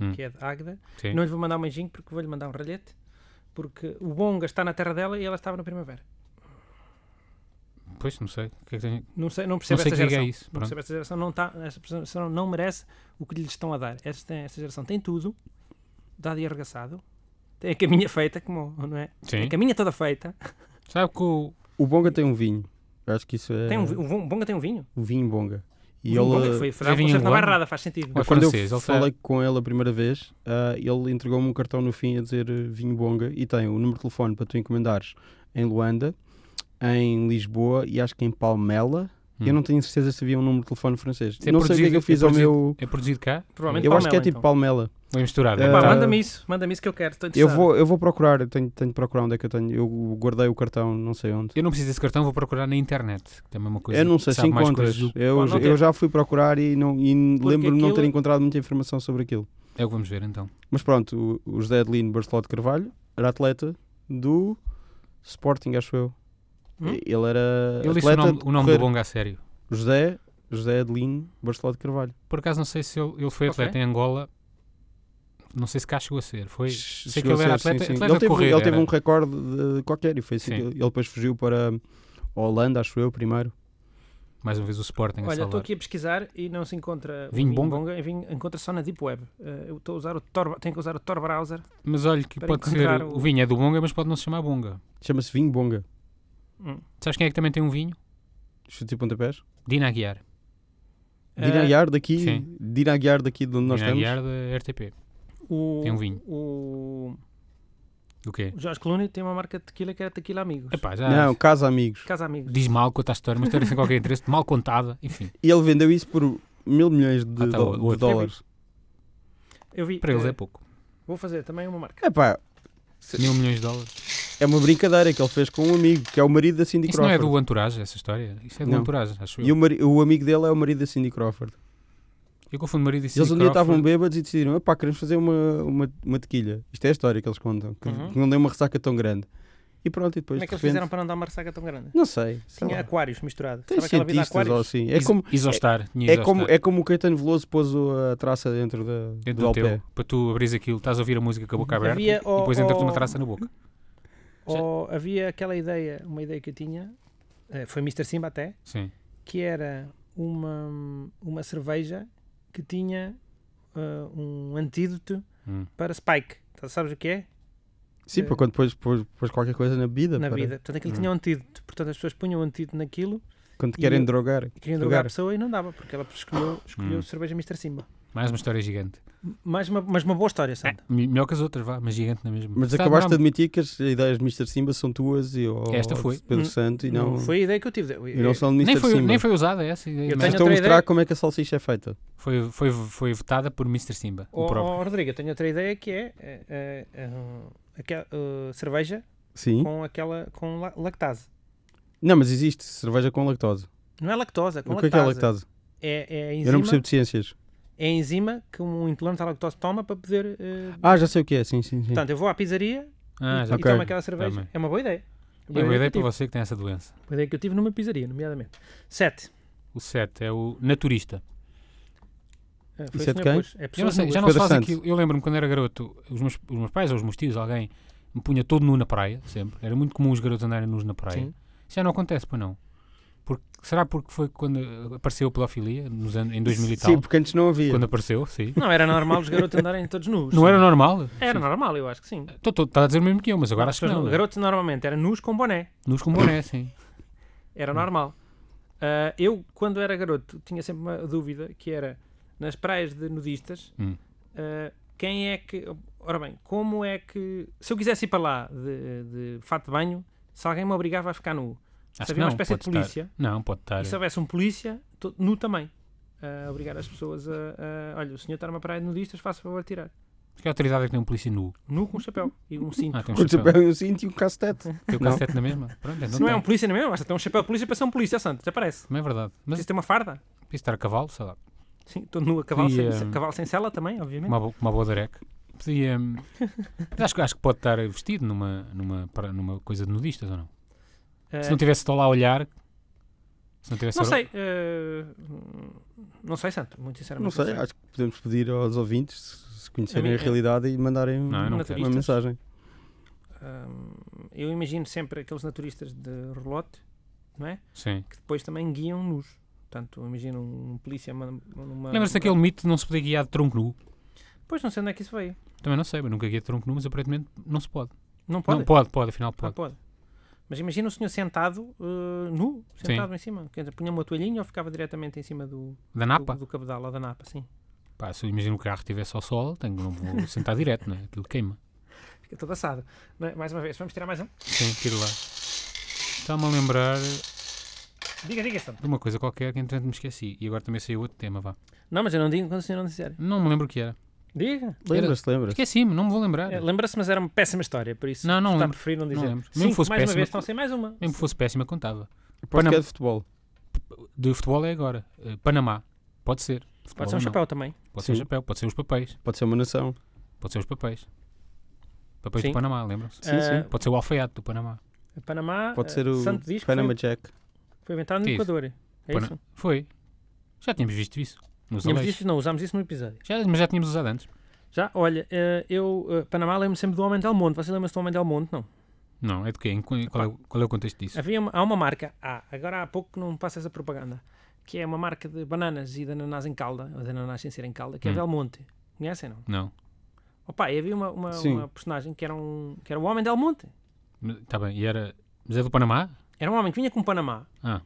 Hum.
que é de Águeda.
Sim.
Não lhe vou mandar um beijinho porque vou-lhe mandar um ralhete. Porque o Bonga está na terra dela e ela estava na primavera.
Pois, não sei. O que é que tem-
Não, sei, não percebo
Não sei o que é
esta
que
geração.
é isso.
Não
Pronto.
percebo esta geração, não tá, esta geração não merece o que lhes estão a dar. Esta, esta geração tem tudo, dado e arregaçado, tem a caminha feita, como, não é?
Sim.
A caminha toda feita.
Sabe que o.
O Bonga tem um vinho. Eu acho que isso é.
Tem um, vi- o Bon- Bonga tem um vinho.
O vinho Bonga. E
O vinho
ele, eh,
Bonga foi fazer um
vinho
concerto na
angolano?
barrada, faz sentido.
Ou é
quando
francês,
eu
ele
falei com ele a primeira vez, ah, ele entregou-me um cartão no fim a dizer eh, vinho Bonga e tem o número de telefone para tu encomendares em Luanda, em Lisboa e acho que em Palmela.
Hum.
Eu não tenho certeza se havia um número de telefone francês.
Isso é
não sei o que é que
produzido-
eu fiz
é
ao meu.
É produzido cá?
Provavelmente
Eu acho que é
Palmela,
tipo
então.
Palmela.
Bem misturado.
É,
não
Pá,
Ah,
tá?
manda-me isso, manda-me isso que eu quero. estou
Eu
interessado.
vou, eu vou procurar, eu tenho, tenho de procurar onde é que eu tenho. Eu guardei o cartão, não sei onde.
Eu não preciso desse cartão, vou procurar na internet. Que também é uma coisa.
Eu não
que
sei se
sabe mais
encontras.
coisas do-
Eu,
Pá, não
eu
tem.
já fui procurar e, não- e lembro-me de não ter
aquilo-
encontrado muita informação sobre aquilo.
É o que vamos ver então.
Mas pronto, o, o José Adelino Barceló de Carvalho era atleta do Sporting, acho eu.
Hum?
Ele era
Ele disse o
atleta
nome,
de
o nome
correr.
do Bonga a sério.
José, José Adelino Barceló de Carvalho.
Por acaso não sei se ele, ele foi
Ok.
atleta em Angola. Não sei se cá chegou a ser. Foi.
Chegou
sei que ele
a
era
ser,
atleta-
sim, sim.
atleta
ele
de
teve,
corrida,
ele teve
era.
um recorde de- qualquer e foi assim.
Sim.
que Ele ele depois fugiu para hum, a Holanda, acho eu, primeiro.
Mais uma vez o Sporting a
Olha, estou
salvar.
aqui a pesquisar e não se encontra o
Vinho Bonga?
e vinho- encontra só na Deep Web. Eh, eu estou a usar o Tor, tenho que usar o Tor Browser.
Mas olha que
Para
pode
encontrar
ser.
o-
O vinho é do Bonga, mas pode não se chamar Bonga.
Chama-se Vinho Bonga.
Hum.
Sabes quem é que também tem um vinho?
Chutes e pontapés.
Dina Aguiar.
Eh,
Dina Aguiar daqui,
Eh, sim.
Dina Aguiar daqui de onde nós
Dina
estamos.
Aguiar da RTP.
O,
Tem um vinho.
O,
Do quê?
o Jorge Clooney tem uma marca de tequila que era Tequila Amigos.
Epá, já
Não, Casa Amigos.
Casa Amigos.
diz mal, conta a história, uma história sem qualquer interesse, mal contada, enfim.
E ele vendeu isso por mil milhões de,
Ah, tá,
dó-
o
de
outro.
dólares.
Eu vi.
Para eles
eh,
é pouco.
Vou fazer também uma marca.
Epá,
Mil milhões de dólares.
é uma brincadeira que ele fez com um amigo, que é o marido da Cindy
Isso não é
Crawford.
do Entourage, essa história? Isso é do
Não.
Entourage, acho
E o,
eu.
mari- o amigo dele é o marido da Cindy Crawford.
Eu confundo marido e
eles um
Cindy
dia estavam
Crawford.
bêbados e decidiram: epá, queremos fazer uma, uma, uma tequilha. Isto é a história que eles contam, que,
Uhum.
que não deu uma ressaca tão grande. E pronto, e depois.
Como é que
de
eles
repente-
fizeram para não dar uma ressaca tão grande?
Não sei. sei
Tinha
lá.
aquários misturado.
Tem
Sabe aquela vida
cientistas ou
aquários?
assim. É
Is-
como,
Isostar, tinha
é, como,
Isostar.
é como o Caetano Veloso pôs o- a traça dentro, da,
Dentro
do
do
alpé.
teu, para tu abris aquilo, estás a ouvir a música com a boca aberta
Havia
Tá
oh,
e
o-
depois entra-te uma
o-
traça na boca.
Ou havia aquela ideia, uma ideia que eu tinha, eh, foi Mr. Simba até,
Sim.
que era uma, uma cerveja que tinha eh, um antídoto
Hum.
para Spike. Tá- Sabes o que é?
Sim,
É.
para quando depois pôs, pôs qualquer coisa na bebida.
Na
para-
vida. Portanto, aquilo
Hum.
tinha um antídoto. Portanto, as pessoas punham um antídoto naquilo
Quando te
E
querem
eu-
drogar.
e queriam
Drogar.
drogar a pessoa e não dava, porque ela escolheu, escolheu
Hum.
cerveja Mr. Simba.
Mais uma história gigante.
Mais uma, mas uma boa história, Sandra.
É, me- melhor que as outras, vá, mas gigante na mesma.
Mas
Está a
acabaste de
demorar
admitir que as ideias de Mr. Simba são tuas e ou,
Esta
ou de
foi.
Pedro
Hum,
Santo e
Não,
não,
foi a ideia que eu tive. Eh, Eu-
e não são de
muito.
Mr.
É, nem foi,
Simba.
nem foi usada essa ideia.
Eu
Mas
mas
tenho
estão a
outra
mostrar
ideia.
como é que a salsicha é feita.
Foi, foi, foi votada por Mr. Simba,
Oh,
o próprio.
oh, Rodrigo, eu tenho outra ideia que é eh, eh, eh, aquela eh, cerveja
Hum?
Sim.
com aquela com la- lactase.
Não, mas existe cerveja com lactose.
Não é lactosa, com
o que é que é
lactase.
lactase?
É, é a
Eu não
enzima,
percebo de ciências.
é a enzima que um intolerante à lactose toma para poder. eh,
Ah, já sei o que é, sim, sim, sim.
Portanto, eu vou à pizzaria
Ah,
e,
já
e
Ok.
tomo aquela cerveja.
Tá bem.
oh, então É uma boa ideia.
É uma boa ideia
que
para
eu tive.
você que tem essa doença.
Uma ideia que eu tive numa pizzaria, nomeadamente. 7.
O 7 é o naturista.
Ah, foi
Isso é de
o senhor,
quem?
pois. É
Eu não
pessoas
sei,
nuas.
já não se
Pedro
faz
Santos.
aquilo. Eu lembro-me quando era garoto, os meus, os meus pais ou os meus tios, alguém me punha todo nu na praia, sempre. Era muito comum os garotos andarem nus na praia.
Sim.
Isso já não acontece, pois não. Porque, será porque foi quando eh, apareceu a pedofilia, nos anos, em 2000 e tal?
Sim, porque antes não havia.
Quando apareceu, sim.
Não, era normal os garotos andarem todos nus.
Não era normal?
Era normal, eu acho que sim.
Estás tá a dizer o mesmo que eu, mas agora acho que
Pessoas
não. é?
nu- Garotos normalmente eram nus com boné.
Nos com boné, sim. Hum.
Era normal. Ah, eu, quando era garoto, tinha sempre uma dúvida que era nas praias de nudistas,
Hum.
ah, quem é que. Ora bem, como é que. Se eu quisesse ir para lá de, de fato de banho, se alguém me obrigava a ficar nu.
Acho
se
que
havia
não,
uma espécie de
pode estar.
polícia,
Não, pode estar.
e se houvesse um polícia, to- nu também. A obrigar as pessoas a, a- Olha, o senhor está numa praia de nudistas, faça favor de tirar.
Que autoridade é que tem um polícia nu?
Nu com um chapéu e um cinto.
Ah, tem um
Com o
chapéu.
chapéu e um cinto e um cacetete.
Tem o
Não.
cacete na mesma? Pronto, então
se não é
tem.
um polícia, não é mesmo? Basta ter um chapéu de polícia para ser um polícia, santo. Até parece.
Também é verdade. Mas
Precisa ter uma farda.
isso estar a cavalo, sei lá.
Sim, estou nu a cavalo,
E,
sem,
ehm,
cavalo sem cela também, obviamente.
Uma, bo- uma boa dareca. Podia. hum, mas acho, que- acho que pode estar vestido numa, numa, pra- numa coisa de nudistas ou não?
Eh,
Se não tivesse estado lá a olhar. Se não tivesse.
não sei. eh, hum, não sei, Santo, muito
Não
sinceramente.
sei, acho que podemos pedir aos ouvintes se- se conhecerem
A
a,
mim-
realidade e mandarem
Não, eu não quero.
uma mensagem.
Hum, eu imagino sempre aqueles naturistas de relote, não é?
Sim.
Que depois também guiam nos. Portanto, eu imagino um polícia numa. numa-
Lembra-se daquele mito de não se poder guiar de tronco nu?
Pois não sei onde é que isso veio.
Também não sei, eu nunca guiei de tronco nu, mas aparentemente não se pode.
Não pode?
Não, pode, pode, afinal
Ah,
pode.
pode. Mas imagina o senhor sentado, eh, nu, sentado em cima. Quer dizer, punha uma toalhinha ou ficava diretamente em cima do,
Da
do,
Napa?
do cabedal ou da napa, sim.
Pá, se eu imagino que o carro tivesse ao sol, tenho, não vou sentar direto, né? Aquilo queima.
Fica todo assado. Não é? Mais uma vez, vamos tirar mais um?
Sim, tiro lá. Está-me a lembrar de
Diga, diga, Santo.
uma coisa qualquer que entretanto me esqueci. E agora também saiu outro tema, vá.
Não, mas eu não digo quando o senhor não disser.
Não me lembro o que era.
Diga.
Lembras-te, lembras?
Esqueci-me, não me vou lembrar.
É, Lembra-se, mas era uma péssima história, por isso
Não, não
está
lembro.
preferido não
Não
dizer.
lembro. Mesmo
Cinco,
que fosse
mais uma
péssima-
vez, estão sem mais uma.
Mesmo que fosse péssima, contava.
Aposto que
Panamá.
é de futebol.
De futebol é agora. Eh, Panamá. Pode ser. Futebol
Pode ser um
não.
chapéu também.
Pode ser um
Sim.
chapéu. Pode ser os papéis.
Pode ser uma nação.
Pode ser os papéis. Papéis
Sim.
do Panamá, lembram-se?
Sim,
Ah,
Pode ser o alfaiate do Panamá.
Panamá,
Pode
ah,
ser o
Santo diz que
Panama
foi,
Jack.
foi inventado no
Diz.
Equador. É
Pana-
isso?
Foi. Já tínhamos visto isso. Nos
Tínhamos
Aleixos.
isso, não, usámos isso no episódio.
Já, mas já tínhamos usado antes.
Já, olha, eh, eu, eh, Panamá, lembro-me sempre do Homem del Monte. Você lembra-se do Homem del Monte, não?
Não, é de quê? Em qu- Qual é, o- qual é o contexto disso?
Havia uma, há uma marca, há, agora há pouco que não passa essa propaganda, que é uma marca de bananas e de ananás em calda, ou de ananás sem ser em calda, que é
Hum.
Del Monte. Conhecem, não?
Não.
Opa, e havia uma, uma,
Sim.
uma personagem que era, um, que era o Homem Del Monte.
Está tá bem. E era. Mas é do Panamá?
Era um homem que vinha com o Panamá.
Ah.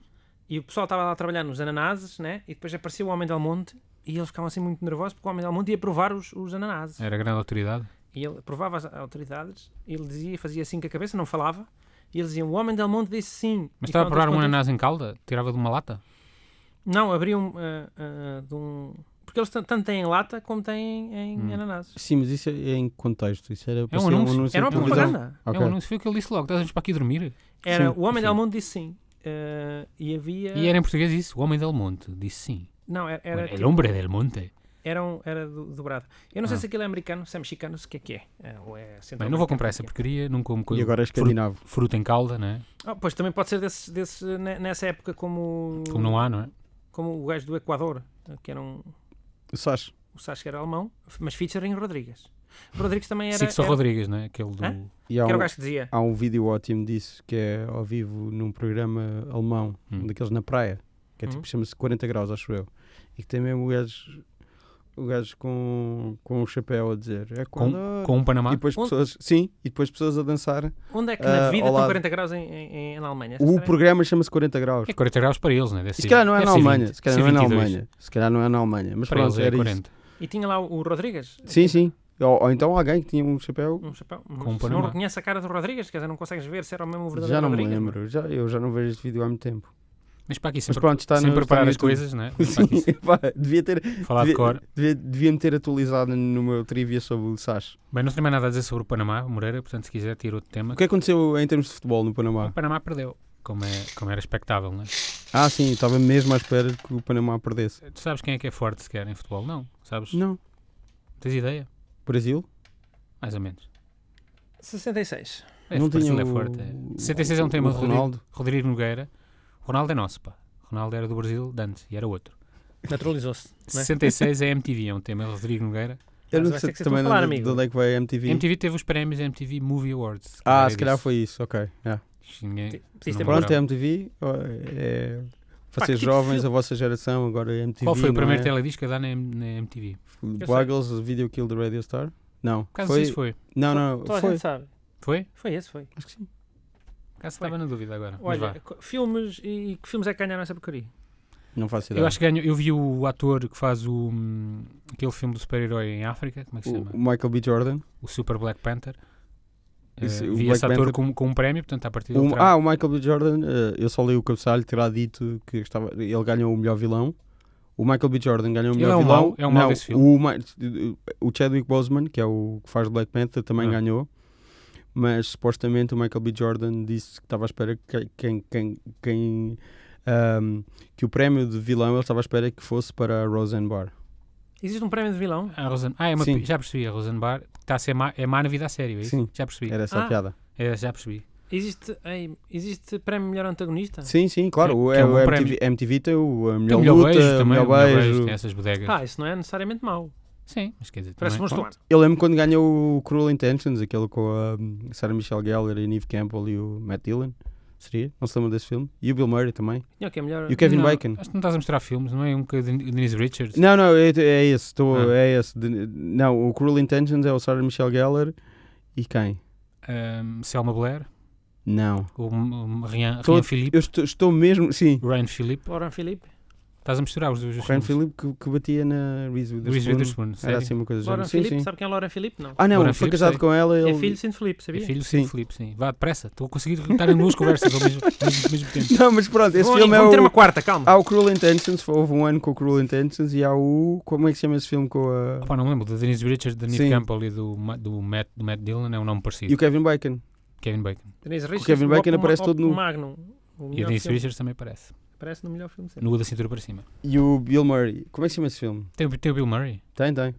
E o pessoal estava lá a trabalhar nos ananases, né? E depois aparecia o Homem Del Monte e eles ficavam assim muito nervosos porque o Homem Del Monte ia provar os, os ananases.
Era grande autoridade?
E ele provava às autoridades, ele dizia, fazia assim com a cabeça, não falava. E eles diziam, o Homem Del Monte disse sim.
Mas
E é
estava a
quando
provar
eles
um
contam-
ananás em calda? Tirava de uma lata?
Não, abriam ah, ah, de um... Porque eles tan- tanto têm em lata como têm em
Hum.
ananases.
Sim, mas isso é em contexto. Isso era para
um
ser
anúncio.
Era uma
de televisão.
propaganda.
É
Ok.
um anúncio. Foi o que ele disse logo. Estás para aqui dormir?
Era
Sim,
o Homem
sim.
Del Monte disse sim. Ah, e havia...
E era em português isso. O homem del monte. Disse sim.
Não, era, tipo era,
El hombre del monte.
era, um- era do- dobrado. Eu não sei
Ah.
se aquilo é americano, se é mexicano, se o que é que é. Ah, ou é
Bem, não vou comprar essa
centro-americano, o que é que é.
porcaria. Não como
E
coisa.
agora é escandinavo.
Fruta em calda, né?
Ah, pois também pode ser desses, desses, eh, ne- nessa época como,
Como não há, não é?
como o gajo do Equador, que era um,
O Sash.
o Sasha era alemão, mas featuring Rodrigues. Rodrigues também era,
Sixto
era,
Rodrigues, né? Aquele do.
Hã?
E há
que era o
um,
gajo que dizia.
há um vídeo ótimo disso que é ao vivo num programa alemão,
Hum.
um daqueles na praia, que é tipo,
Uhum.
chama-se 40 graus, acho eu. E que tem mesmo o gajo, o gajo com, com o chapéu a dizer é
Com,
quando. Tipo,
com um Panamá.
E depois
Onde?
pessoas, sim, e depois pessoas a dançar.
Onde é que na
Ah,
vida
ao
estão
lado.
40 graus em, em, em- na Alemanha? Essa
O
estranha.
programa chama-se 40 graus.
É 40 graus para eles, né? Deve
E
ser-
se calhar não é
deve
na
ser
Alemanha,
20,
se calhar não é na
22.
Alemanha, se calhar não é na Alemanha, mas
Para eles
pronto,
é
era
40.
E tinha lá o, o Rodrigues,
isso. Sim, sim. Ou, ou então alguém que tinha um chapéu,
um chapéu.
um
Mas não
Panamá.
reconhece a cara do Rodrigues, quer dizer, não consegues ver se era o mesmo verdadeiro
já não me
Rodrigues.
lembro, já, eu já não vejo este vídeo há muito tempo.
Mas para aqui, sempre,
pronto, está
sempre
no- está
preparar
no
as
YouTube.
coisas, né? Para aqui,
Sim, pá, devia ter,
falar de cor.
devia, me ter atualizado no meu trivia sobre o Sash.
Bem, não tem mais nada a dizer sobre o Panamá, Moreira, portanto, se quiser, tira outro tema.
O que aconteceu em termos de futebol no
O
Panamá?
Panamá perdeu, como, é, como era expectável, né?
Ah, sim, estava mesmo à espera de que o Panamá perdesse.
Tu sabes quem é que é forte sequer em futebol? Não, sabes?
Não.
Tens ideia?
Brasil?
Mais ou menos.
66.
É,
não
o Brasil
tinha
é
o-
forte. é. 66 é um tema
o
de
Ronaldo.
Rodrigo, Rodrigo Nogueira. Ronaldo é nosso, pá. Ronaldo era do Brasil de antes e era outro.
Naturalizou-se. não é?
66 é MTV, é um tema. é Rodrigo Nogueira.
Eu
Mas
não
vai
sei
ter que ser
também
tu a falar,
de,
amigo.
de onde é que vai a MTV.
MTV teve os prémios MTV Movie Awards.
Ah, se calhar foi isso, ok. yeah.
um
Sim,
Ninguém...
Preciso ter
Não,
Pronto,
Moral.
é MTV. ó, É... Vocês
que
jovens,
filme-
a vossa geração, agora é MTV.
Qual foi o
não
primeiro
é?
teledisco a dar na, na MTV?
sei.
Waggles, Video Kill the Radio Star? Não.
Por causa
foi...
disso foi.
Não, não,
Toda a
foi.
gente sabe.
Foi?
Foi esse, foi.
Acho que sim.
Por acaso
Foi.
estava na dúvida agora. mas vá.
Olha, co- filmes e e que filmes é que ganharam essa porcaria?
Não faço ideia.
Eu acho que ganho. Eu vi o ator que faz o hum, aquele filme do super-herói em África, como é que se
o,
chama?
o Michael B. Jordan.
O Super Black Panther. Eh,
Isso, o
vi
Black
esse ator
Panther-
com, com um prémio, portanto, a partir
O-
do
ah, o Michael B. Jordan, eh, eu só li o cabeçalho, terá dito que estava, ele ganhou o melhor vilão. O Michael B. Jordan ganhou o
Ele
melhor
é um
vilão.
mau- é um mau
Não,
desse
O, Ma- o Chadwick Boseman, que é o que faz Black Panther, também
Ah.
ganhou. Mas supostamente o Michael B. Jordan disse que estava à espera que quem, quem, quem, ahm, que o prémio de vilão ele estava à espera é que fosse para a Roseanne Barr.
Existe um prémio de vilão?
a Rosen... Ah, é uma...
Sim.
já percebi. A Rosenbar está a ser má, é má na vida a sério, é isso?
Sim.
Já percebi.
Era essa
Ah.
a piada.
É, já percebi.
Existe, ei, existe prémio melhor antagonista?
Sim, sim, claro.
Que-
o,
que é
é
um
o
bom
MTV, MTV tem o a melhor,
Tem o
luta,
beijo também.
o
o
melhor
beijo,
beijo.
tem essas bodegas.
Ah, isso não é necessariamente mau.
Sim, mas quer dizer.
Parece um
é?
também- é
monstro
Eu lembro quando ganhou o Cruel Intentions, aquele com a hum, Sarah Michelle Gellar, a Neve Campbell e o Matt Dillon. Seria? Não se lembra desse filme? E o Bill Murray também.
Não, que é melhor.
E o Kevin
Não,
Bacon.
Acho que não estás a mostrar filmes, não é? Um que o Den- Denise Richards.
Não, não, é, é esse. tô-
Ah.
É esse. De- não, o Cruel Intentions é o Sarah Michelle Gellar e quem?
Ahm, Selma Blair.
Não.
O, o Ryan,
Tô-
Ryan Philippe.
Eu estou, estou mesmo. Sim,
Ryan Philippe.
Lauren Filipe.
Estás a misturar os dois.
o Ryan Philippe que, que batia na Reese
Reese
Witherspoon.
Witherspoon.
Era
sério.
assim uma coisa do
Lauren
género. Sim,
Filipe,
sim.
sabe quem é Lauren Filipe? Não.
Ah, não,
Lauren
foi
Phillips,
casado
sei.
com ela. Ele...
É filho de Saint Filipe, sabia?
É filho sim,
Sim.
Filipe, sim. Vá depressa, estou a conseguir estar em duas conversas ao mesmo, mesmo, mesmo tempo.
Não, mas pronto, esse
Vão-
filme é
vão ter
o.
uma quarta, calma.
Há o Cruel Intentions, houve um ano com o Cruel Intentions e há o. Como é que se chama esse filme com a.
Opa, não me lembro, da Denise Richards, da Neve
Sim.
Campbell e do, Ma- do, Matt, do Matt Dillon é um nome
E
parecido.
o Kevin Bacon.
Kevin Bacon.
Denise Richards,
Kevin
o
Bacon
Op-
aparece
Op-
todo nu.
Magnum. O
E a
melhor
Denise
filme.
Richards também aparece.
Aparece no melhor filme sempre.
Nua da cintura para cima.
E o Bill Murray. Como é que se chama esse filme?
Tem, o- tem o Bill Murray?
Tem, tem.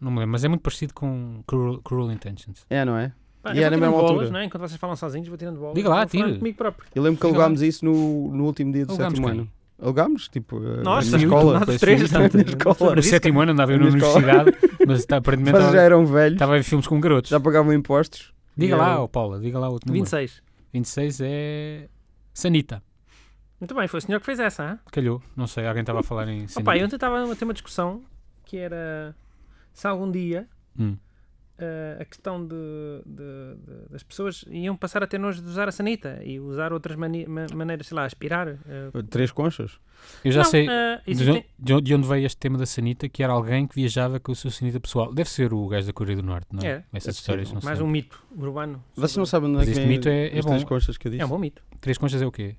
Não me lembro, mas é muito parecido com Cruel, Cruel Intentions.
É, não é?
Pá,
E
eu vou
era na
tirando
mesma
bolas,
altura.
não é? Enquanto vocês falam sozinhos, vou tirando bolas.
Diga lá,
Vou falando
tira.
comigo próprio.
Eu lembro que
Alugámos.
alugámos isso no, no último dia do
Alugámos
sétimo
quem?
ano. Alugámos, tipo, eh,
Nós,
na
sim,
escola.
nós
depois
três,
fomos
tanto.
na escola.
No sétimo ano andava eu na
Na escola.
universidade, mas está, aparentemente
Mas já
estava,
eram velhos,
estava a ver filmes com garotos.
já é. pagavam impostos.
Diga
E
lá,
era-
ó Paula, diga lá outro número.
26.
26 é... Sanita.
Muito bem, foi o senhor que fez essa, hã?
Calhou, não sei, alguém estava a falar em
Opa, eu
Sanita.
ontem estava a ter uma discussão que era se algum dia
Hum.
eh, a questão de, de- de- das pessoas iam passar a ter nojo de usar a sanita e usar outras mani- ma- maneiras, sei lá, aspirar. eh.
Três conchas.
Eu já
Não,
sei...
eh,
De,
existem-
de- de onde veio este tema da Sanita? Que era alguém que viajava com o seu Sanita pessoal. Deve ser o gajo da Coreia do Norte, não é?
É.
Essas
Deve
histórias,
ser.
não
mais
sei.
um mito urbano.
Vocês não
sobre-
sabem onde é
Mas
que
este
vem
mito é- é
as
bom.
três conchas que eu disse.
É um bom mito.
Três conchas é o quê?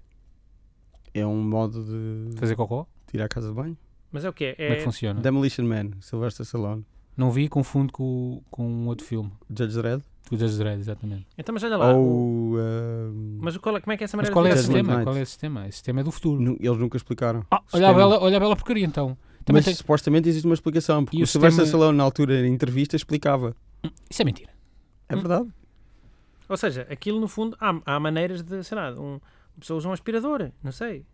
É um modo de
Fazer cocó?
tirar a casa de banho.
Mas é o quê?
Como é que
É,
funciona?
Demolition Man, Sylvester Stallone,
Não vi, confundo com, com um outro filme.
Judge Dredd.
O Judge Dredd, exatamente.
então, mas olha
Ah
lá. o-
Ou. ehm,
Mas o qual é- como é que é essa
Mas
maneira
qual é
de
o
fazer
Judgment
sistema?
Night.
Qual é o sistema? Esse sistema é do futuro.
nu- Eles nunca explicaram.
Ah, olha, a
sistema.
bela, olha a bela porcaria então. Também
Mas
tem-
supostamente existe uma explicação, porque
E o
o Sylvester
sistema-
Stallone, na altura, em entrevista, explicava.
Isso é mentira.
É
Hum.
verdade.
Ou seja, aquilo no fundo há, há maneiras de, sei lá, um, uma pessoa usa um aspirador, não sei.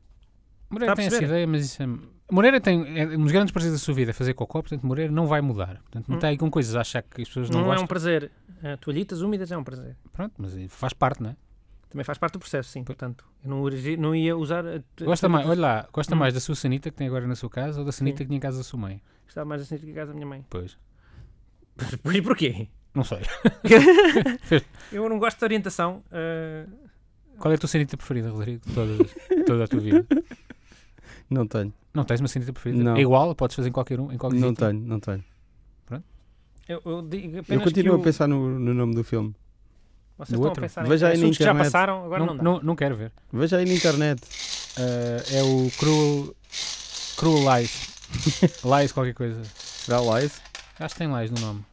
Moreira
Está a
tem essa
perceber?
ideia, mas isso é... Moreira tem é, um dos grandes prazeres da sua vida é fazer cocó, portanto Moreira não vai mudar. Portanto, não
Hum.
está aí com coisas a achar que as pessoas não,
Não, é
gostam.
um prazer. Eh, toalhitas úmidas é um prazer.
Pronto, mas faz parte, não é?
Também faz parte do processo, sim. Portanto, eu não, origi- não ia usar. a- a-
Gosta mais, olha lá, gosta
Hum.
mais da sua sanita que tem agora na sua casa ou da sanita
Sim.
que tinha em casa da sua mãe?
Gostava mais assim do que a casa da minha mãe.
Pois.
Pois porquê?
Não sei.
Eu não gosto de orientação. eh,
Qual é a tua sanita preferida, Rodrigo? de Todas, toda a tua vida.
Não tenho,
Não tens uma sanita preferida?
Não.
É igual, podes fazer em qualquer um, em qualquer
não
sítio.
tenho, não tenho.
eu, eu digo
Eu
apenas
continuo
que
a
o-
pensar no, no nome do filme.
Vocês
no
estão
outro.
a pensar em
Veja aí na
assuntos que já
internet.
passaram, agora não,
não,
dá.
não, não quero ver.
Veja aí na internet.
Ah, é o Cruel. Cruel Lies. Lies qualquer coisa.
Será lá esse?
Acho que tem Lies no nome.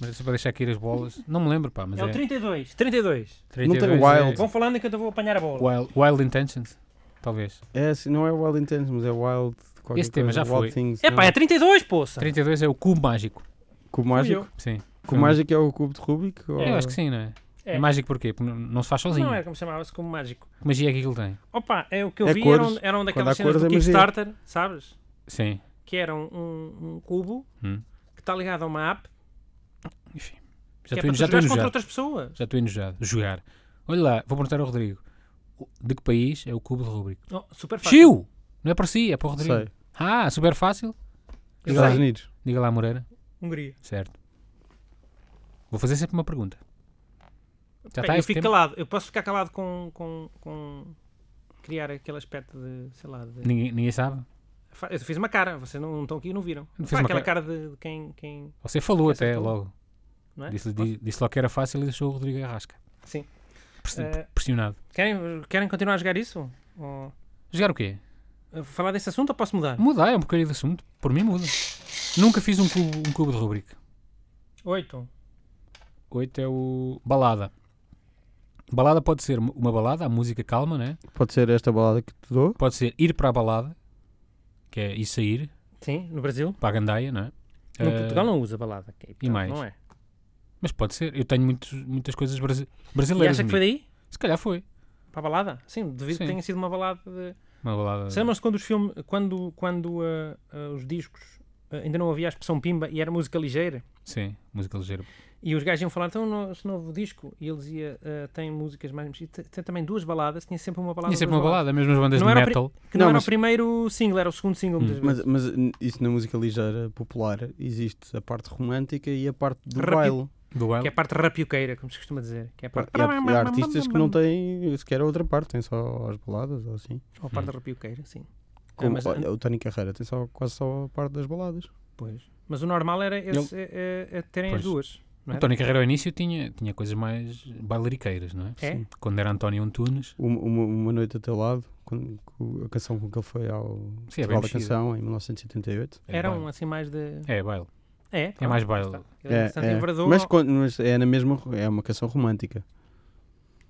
Mas é só para deixar cair as bolas. Não me lembro, pá, mas
É
é.
o 32. 32.
32
Não tem
é-
Wild.
Vão falando que eu vou apanhar a bola.
Wild, Wild Intentions. Talvez.
É, assim, não é Wild Intense, mas é Wild. qualquer
Esse tema
coisa,
já foi.
Wild Things,
É pá, é
não.
32, poça.
32 é o Cubo Mágico.
Cubo
Fui
Mágico?
eu.
Sim.
Cubo Mágico é o cubo de Rubik? Ou...
Eu acho que sim, não é? É,
É.
mágico porquê? Porque não- não se faz sozinho.
Não é. era como chamava-se, como mágico.
Que magia é que aquilo tem?
Opa, é o que eu
É
vi
cores.
eram, eram
Quando há
daquelas cenas
cores
do
é magia.
Kickstarter, sabes?
Sim.
que era um, um- um cubo
Hum.
que está ligado a uma app
Enfim.
que
Já estou en- já
é para tu
estou
jogares contra
enojado.
outras pessoas.
Já estou enojado. Jogar. Olha lá, vou perguntar ao Rodrigo. O- De que país é o cubo de Rubik?
Oh, super fácil.
Chiu! Não é para si, é para o Rodrigo.
Sei.
Ah, super fácil. Diga lá,
Estados Unidos.
diga lá, Moreira.
Hungria.
Certo. Vou fazer sempre uma pergunta. Já
Bem,
está
eu
este
fico
tempo?
calado. Eu posso ficar calado com, com, com criar aquele aspecto de, sei lá, de...
Ninguém, ninguém sabe.
Fa- Eu fiz uma cara, vocês não não estão aqui e não viram.
Não fiz
Pá,
uma
aquela cara, de, de quem, quem...
Você falou
Essa
até
é tua.
logo.
Não é?
Disse, di- disse logo que era fácil e deixou o Rodrigo à rasca.
Sim.
Pressi-
Eh,
Pressionado.
Querem, querem continuar a jogar isso? Ou...
Jogar o quê?
eh, Falar desse assunto ou posso mudar?
Mudar é um bocadinho de assunto. Por mim muda. Nunca fiz um cubo, um cubo de Rubik.
Oito.
8 é o balada. Balada pode ser m- uma balada, a música calma, né?
Pode ser esta balada que te dou.
Pode ser ir para a balada, que é ir sair
Sim, no Brasil.
para a gandaia, né?
No
Eh,
Portugal não usa balada. ok, portanto,
mais?
Não é.
Mas pode ser. Eu tenho muitos, muitas coisas brasi-
E
brasileiras.
acha
em
que foi
mim.
daí?
Se calhar foi.
Para a balada? Sim, devido
Sim. Eh.
que tenha sido uma balada de...
Uma balada.
se lembram-se quando os filmes, quando, quando ah, ah, os discos ah, ainda não havia a expressão pimba e era música ligeira?
Sim, música ligeira.
E os gajos iam falar, então, no- este novo disco, e ele dizia, "Ah, tem músicas mais mexidas, tem, tem também duas baladas, tinha sempre uma balada.
Tinha sempre
duas
uma balada, mesmo as bandas
Não
de
era o
metal.
baladas. Que não,
Não,
era
mas- Hum.
o primeiro single, era o segundo single, muitas vezes.
Mas, mas n- isso na música ligeira popular existe a parte romântica e a parte do
Rápido.
baile.
Do Wild.
Que é a parte rapioqueira, como se costuma dizer. Que é a parte,
E há, e há artistas que não têm sequer a outra parte, têm só as baladas ou assim.
Ou a parte rapioqueira, sim.
Como,
É,
Ah, mas,
olha, o Tony Carreira tem só, quase só a parte das baladas.
pois. Mas o normal era esse, é- é- é terem
Pois.
as duas. não é? era?
António Carreira ao início tinha, tinha coisas mais bailariqueiras, não é?
É?
Sim.
Quando era António Antunes.
Uma, uma, uma noite a teu lado, com, com a canção com que ele foi ao
Sim, é bem
Festival da
mexida.
Canção em 1978.
Era
é baile.
um assim mais de...
É, baile.
É,
É
pronto,
mais
lá
baile.
está. Ele era bastante envergador.
É, Mas, quando- mas é na mesma ro- é uma canção romântica.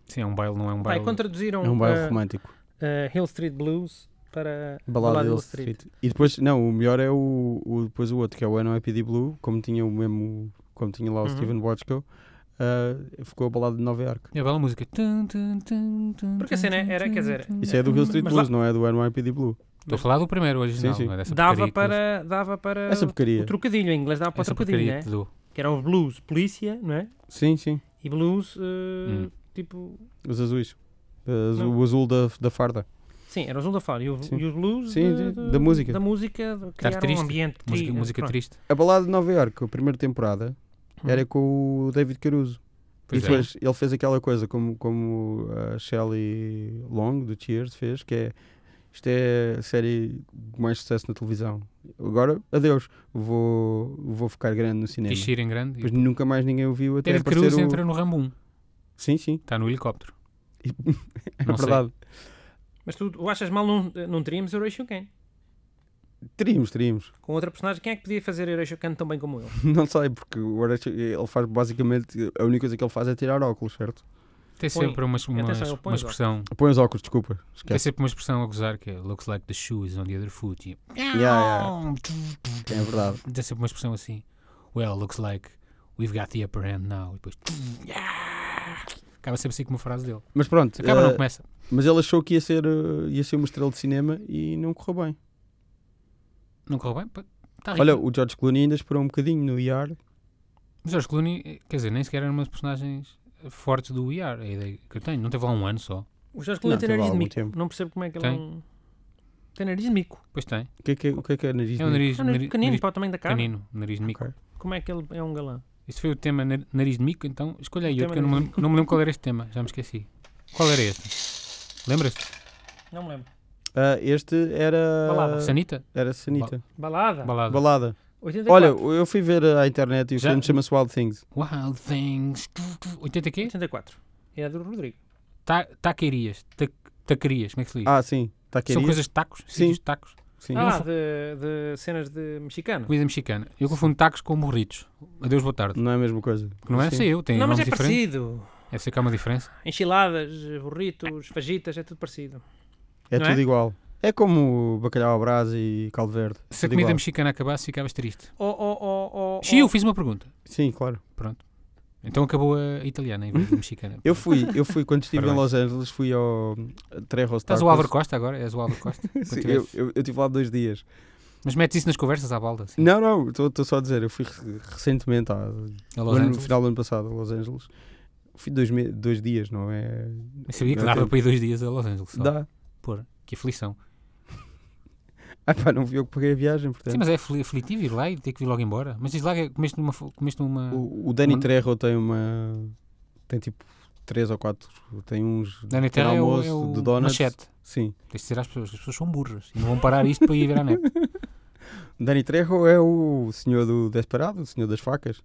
Sim, é um baile, não é um
Pá, e
baile.
quando traduziram
é um baile
ah,
romântico.
ah, Hill Street Blues para
Balada Hill Street. E depois, não, o melhor é o, o- depois o outro, que é o NYPD Blue, como tinha o mesmo, como tinha lá o
Uhum.
Steven Bochco, ah, ficou a balada de Nova York.
É a bela música.
Porque a cena era, quer dizer,
Isso
Hum,
é do Hill Street
Mas lá-
Blues, não é do NYPD Blue.
Estou a falar do primeiro original.
Sim, sim.
não é dessa
dava
porcaria que eles-
para, dava para
Essa porcaria.
o trocadilho em inglês, dava para o
essa
trocadilho,
porcaria
né?
que te dou.
que eram os blues, polícia, não é?
Sim, sim.
E blues, eh,
Hum.
tipo,
Os azuis. Azu-
Não.
o azul da, da farda.
sim, era o azul da fala e, o-
Sim.
e os blues
Sim,
de-
sim,
de-
da música.
da música, de criar
triste.
um ambiente tri-
Música, música
pronto.
triste.
A balada de Nova York, a primeira temporada, era com o David Caruso.
Hum. Pois
e
é.
depois ele fez aquela coisa como, como a Shelley Long do Cheers fez, que é isto é a série de mais sucesso na televisão. Agora, adeus, vou, vou ficar grande no cinema.
Quis ir em grande.
Depois nunca mais ninguém o viu até
David
aparecer
Cruz
o...
entra no Rambo 1.
Sim, sim,
Está no helicóptero.
é
Não sei.
verdade.
Mas tu, tu achas mal não, não teríamos Horatio Kane?
Teríamos, teríamos.
Com outra personagem, quem é que podia fazer Horatio Kane tão bem como ele?
Não sei, porque o Horatio- ele faz basicamente, a única coisa que ele faz é tirar óculos, certo?
Tem
Põe-
sempre uma, uma,
atenção, ele põe
uma
os
expressão.
Põe os óculos, desculpa.
Tem
Esquece.
sempre uma expressão a gozar que é looks like the shoe is on the other foot. E-
yeah. É verdade.
Tem sempre uma expressão assim. Well, looks like we've got the upper hand now. E depois. Acaba sempre assim com uma frase dele.
Mas pronto,
Acaba,
eh,
não começa.
mas ele achou que ia ser, eh, ia ser uma estrela de cinema e não correu bem.
Não correu bem? pá, tá Está rico.
Olha, o George Clooney ainda esperou um bocadinho no IAR.
Mas George Clooney, eh, quer dizer, nem sequer era uma das personagens eh, fortes do ER, é a ideia que eu tenho. Não teve lá um ano só.
O Jorge Clooney
Não,
tem
teve
nariz de
algum
mico.
tempo.
Não percebo como é que ele
Tem?
não... Tem nariz de mico.
Pois tem.
O que é que é, o que é, que é nariz?
É um
mico?
nariz,
É um nariz
nariz-
pequenino
nariz
para o tamanho da cara.
pequenino, um nariz de mico.
Ok.
Como é que ele é um galã?
Este foi o tema nar- nariz de mico, então escolha aí
O
outro, que eu
tema
não me,
nariz de
lembro- não me lembro qual era este tema, já me esqueci. Qual era este? Lembras-te?
Não me lembro.
Ah, este era.
Balada.
Sanita?
Era Sanita.
Balada.
Balada.
Balada.
84.
Olha, eu fui ver à internet e o
Já-
filme chama-se Wild Things.
Wild Things. tu, tu, 80 quê?
84. É do Rodrigo.
Ta taquerias. Ta taquerias, como é que se diz?
Ah, sim. Está aqui.
São coisas de tacos? Sim. de tacos.
Sim.
Ah, de, de cenas de mexicano.
Comida mexicana. Eu confundo tacos com burritos. Adeus, boa tarde.
Não é a mesma coisa.
Que não é
Sim.
assim eu, tem
não, mas
nomes
é
diferentes.
parecido.
Deve ser que há uma diferença.
Enchiladas, burritos, fajitas, é tudo parecido.
É
Não
tudo
é?
igual. É como bacalhau à brasa e caldo verde.
Se a
Tudo
comida
igual.
mexicana acabasse, ficavas triste.
Oh, oh, oh, oh, oh.
Xiu, fiz uma pergunta.
Sim, claro.
Pronto. Então acabou a italiana em vez de mexicana.
Eu fui, eu fui quando estive em
Parabéns.
Los Angeles, fui ao Trejos
Estás
Tacos.
o Álvaro Costa agora? És o Álvaro Costa? Quando
Sim,
tiveres-
eu, eu, eu estive lá dois dias.
Mas metes isso nas conversas à balda. Assim.
Não, não, estou só a dizer, eu fui re- recentemente, há,
A
no
Los
ano- no
Angeles.
final do ano passado, a Los Angeles. Fui dois, me- dois dias, não é?
Eu sabia que
Ok.
dava para ir dois dias a Los Angeles. Só.
Dá.
Pô, que aflição.
Ah pá, não fui eu que paguei a viagem, portanto.
Sim, mas é afli- aflitivo ir lá e ter que vir logo embora. Mas diz lá que é- comeste numa. fo- Comeste numa...
O, o Danny
Onde-
Trejo tem uma. Tem tipo 3 ou 4. Tem uns.
Dani
pequeno
Terra é o,
almoço
é o
de donuts.
machete.
Sim.
Tens de dizer às pessoas que as pessoas são burras e não vão parar isto para ir ver a net.
O Danny Trejo é o senhor do Desperado, o senhor das facas.